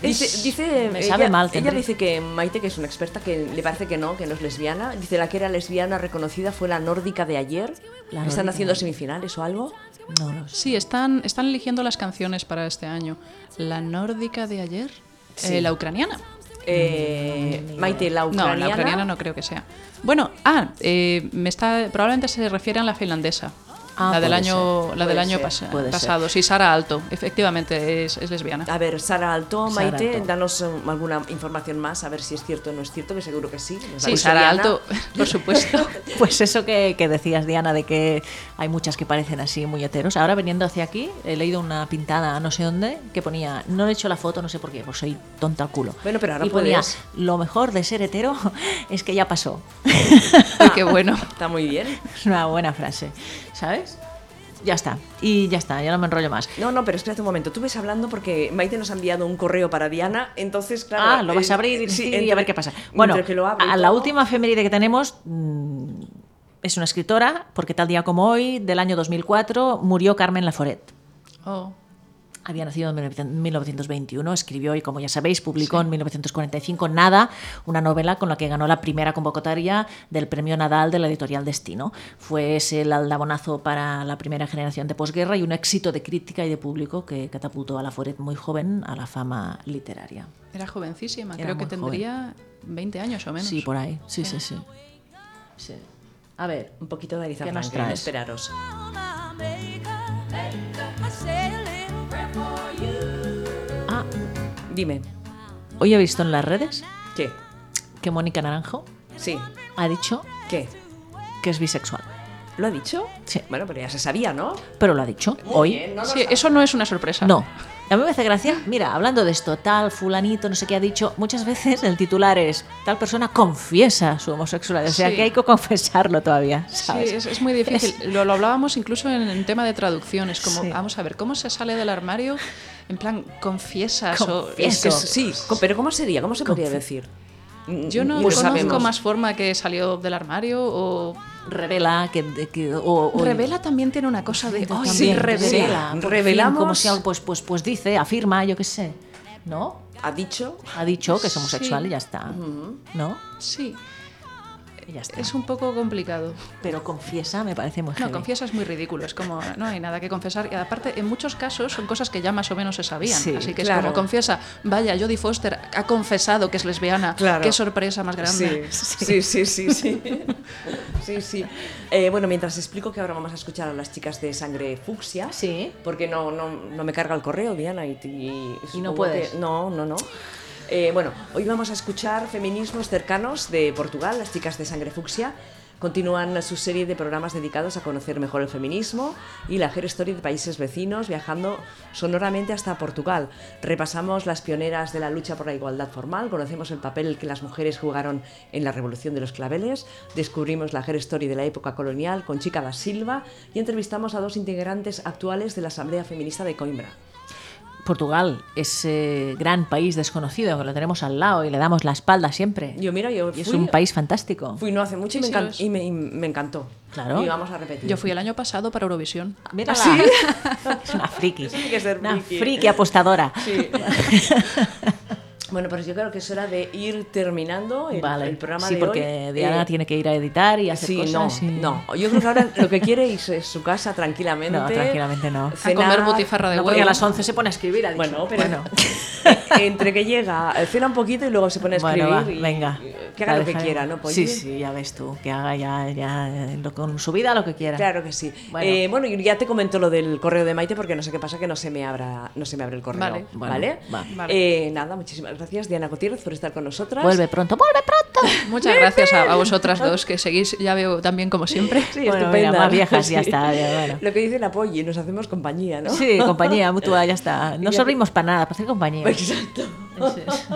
Dice, dice- me ella, sabe mal. ella tendré- dice que Maite, que es una experta, que le parece que no, que no es lesbiana. Dice la que era lesbiana reconocida fue la nórdica de ayer. Están La nórdica. Mm, haciendo semifinales o algo. No lo sé. Sí, están, están eligiendo las canciones para este año. La nórdica de ayer, eh, la ucraniana. Eh, Maite, la ucraniana. No, la ucraniana no creo que sea. Bueno, ah, eh, me está, probablemente se refiere a la finlandesa. Ah, la del puede año, la del puede año ser, pasa- puede ser. pasado. Sí, Sara Alto, efectivamente es, es lesbiana. A ver, Sara Alto, Sara Maite, Alto. danos um, alguna información más, a ver si es cierto o no es cierto, que seguro que sí. Nos Sí, la Sara Diana. Alto, <laughs> por supuesto. Pues eso que, que decías, Diana, de que hay muchas que parecen así muy heteros. Ahora veniendo hacia aquí, he leído una pintada no sé dónde que ponía, no le he hecho la foto, no sé por qué, pues soy tonta al culo. Bueno, pero ahora y ponía, puedes. lo mejor de ser hetero <laughs> es que ya pasó. <laughs> Ay, qué bueno. Está muy bien. Es una buena frase, ¿sabes? Ya está, y ya está, ya no me enrollo más. No, no, pero espérate un momento. Tú ves hablando porque Maite nos ha enviado un correo para Diana, entonces, claro. ah, lo vas a abrir eh, y, sí, sí, entre- a ver qué pasa. Bueno, entre que lo abro y a la todo. última efeméride que tenemos mm, es una escritora, porque tal día como hoy, del año 2004, murió Carmen Laforet. Oh, Había nacido en 19- 1921, escribió y, como ya sabéis, publicó en 1945 Nada, una novela con la que ganó la primera convocatoria del Premio Nadal de la editorial Destino. Fue ese el aldabonazo para la primera generación de posguerra y un éxito de crítica y de público que catapultó a Laforet muy joven a la fama literaria. era jovencísima, Era creo que muy joven. tendría 20 años o menos. Sí, por ahí. Sí, sí, sí. Sí. A ver, Un poquito de Ariza ¿Qué nos Franklin, traes? esperaros. ah, Dime, hoy he visto en las redes ¿qué? que Mónica Naranjo Sí, ha dicho ¿qué? que es bisexual. ¿Lo ha dicho? Sí. Bueno, pero ya se sabía, ¿no? Pero lo ha dicho hoy. Sí, eso no es una sorpresa. No. A mí me hace gracia, mira, hablando de esto, tal fulanito, no sé qué ha dicho, muchas veces el titular es tal persona confiesa su homosexualidad, o sea Sí. que hay que confesarlo todavía, Sí, ¿sabes? es, es muy difícil. Lo, lo hablábamos incluso en el tema de traducciones, como, Sí. vamos a ver, ¿cómo se sale del armario? En plan, confiesas o... Es que Eso. sí, co- pero ¿cómo sería? ¿Cómo se podría decir? Yo no Ni lo conozco sabemos. más forma que salió del armario o... Revela que... de- que- o- o- Revela también tiene una cosa de... También, "Ay, sí, revela. sí. por Revelamos. fin, como si algo, pues, pues, pues dice, afirma, yo qué sé, ¿no? ¿Ha dicho? Ha dicho que es homosexual Sí. y ya está, ¿no? Sí, Y ya está. es un poco complicado. Pero confiesa, me parece muy <laughs> No, heavy. confiesa es muy ridículo, es como no hay nada que confesar. Y aparte, en muchos casos son cosas que ya más o menos se sabían. Sí, así que claro. es como confiesa, vaya, Jodie Foster ha confesado que es lesbiana. Claro. Qué sorpresa más grande. Sí, sí, sí, sí. Sí, <laughs> sí. sí. Eh, bueno, mientras explico que ahora vamos a escuchar a las chicas de sangre fucsia. Sí. Porque no, no, no me carga el correo, Diana. Y, y supongo puedes. que- no, no, no. Eh, bueno, hoy vamos a escuchar Feminismos Cercanos de Portugal, las chicas de sangre fucsia. Continúan su serie de programas dedicados a conocer mejor el feminismo y la hair story de países vecinos, viajando sonoramente hasta Portugal. Repasamos las pioneras de la lucha por la igualdad formal, conocemos el papel que las mujeres jugaron en la Revolución de los Claveles, descubrimos la hair story de la época colonial con Chica da Silva y entrevistamos a dos integrantes actuales de la Asamblea Feminista de Coimbra. Portugal, ese gran país desconocido que lo tenemos al lado y le damos la espalda siempre. Yo, mira, yo y es fui- un país fantástico. Fui no hace mucho y, Sí, me sí, encan- lo es. y me- y me encantó. Claro. Y vamos a repetir. Yo fui el año pasado para Eurovisión. Mírala. <laughs> Es una friki. Eso tiene que ser una friki. ¿eh? friki apostadora. Sí. <laughs> <laughs> bueno, pues yo creo que es hora de ir terminando el, Vale. el programa sí, de porque hoy. Diana Eh, tiene que ir a editar y hacer Sí, cosas. no, sí. no. Yo creo que ahora lo que quiere es, es su casa tranquilamente. No, tranquilamente no. A A comer butifarra de No, huevo. porque a las 11 se pone a escribir. ha dicho. Bueno, pero <laughs> entre que llega, eh, cena un poquito y luego se pone a escribir. Bueno, va, y- venga. y Que haga La lo que dejaré. quiera, ¿no? Pues Polly? Sí, sí, ya ves tú. Que haga ya, ya eh, lo- con su vida lo que quiera. Claro que sí. Bueno. Eh, Bueno, y ya te comento lo del correo de Maite porque no sé qué pasa que no se me abra, no se me abre el correo. Vale. Bueno, ¿Vale? va. Vale. Eh, nada, muchísimas gracias Diana Gutiérrez por estar con nosotras. Vuelve pronto, vuelve pronto. Muchas gracias a, a vosotras dos que seguís, ya veo también como siempre. <laughs> Sí, Bueno, estupenda. mira, más <laughs> viejas, ya Sí. está, ya, bueno. Lo que dice la Polly, nos hacemos compañía, <laughs> ¿no? Sí, compañía mutua, <laughs> ya está. No Ya- Pues servimos para nada, para hacer compañía. Exacto. Eso es.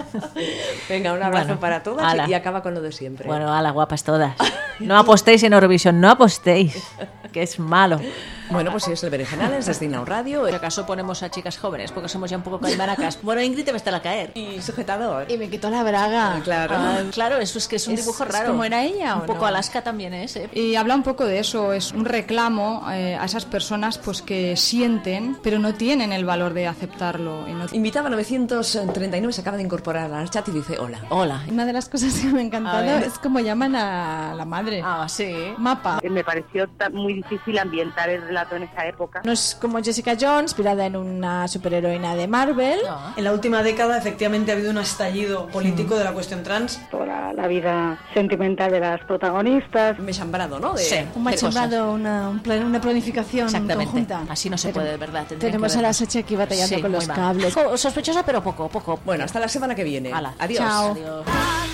Venga, un abrazo Bueno, para todas ala. y acaba con lo de siempre. Bueno, a las <laughs> guapas todas. No apostéis en Eurovisión, no apostéis, que es malo. Bueno, pues es el Berenjenal, es Destinao Radio eh. Por acaso ponemos a chicas jóvenes, porque somos ya un poco calmaracas. Bueno, Ingrid te va a estar a caer. y sujetador. Y me quitó la braga. Claro. Ah, claro, eso es que es un Es- dibujo es raro. como era ella, ¿o Un poco no? Alaska también es, ¿eh? Y habla un poco de eso, es un reclamo eh, a esas personas pues que sienten, pero no tienen el valor de aceptarlo. y no- Invitaba a 939, se acaba de incorporar al chat y dice hola. Hola. Una de las cosas que me ha encantado ver. es como llaman a la madre. Ah, sí. Mapa. Eh, Me pareció ta- muy difícil ambientar el relato en esa época. No es como Jessica Jones, inspirada en una superheroína de Marvel. Ah. En la última década, efectivamente, ha habido un estallido Mm. político de la cuestión trans. Toda la vida sentimental de las protagonistas. Me he chambrado, ¿no? De- Sí. Un Qué cosas. machembrado, una, un plan- una planificación Exactamente. conjunta. Así no se puede, de verdad. tendrían Tenemos que a la vernos. Sacha aquí batallando Sí, con muy los mal. cables. Co- Sospechosa, pero poco, poco. Bueno, hasta la semana que viene. Ala. Adiós. Chao. Adiós. I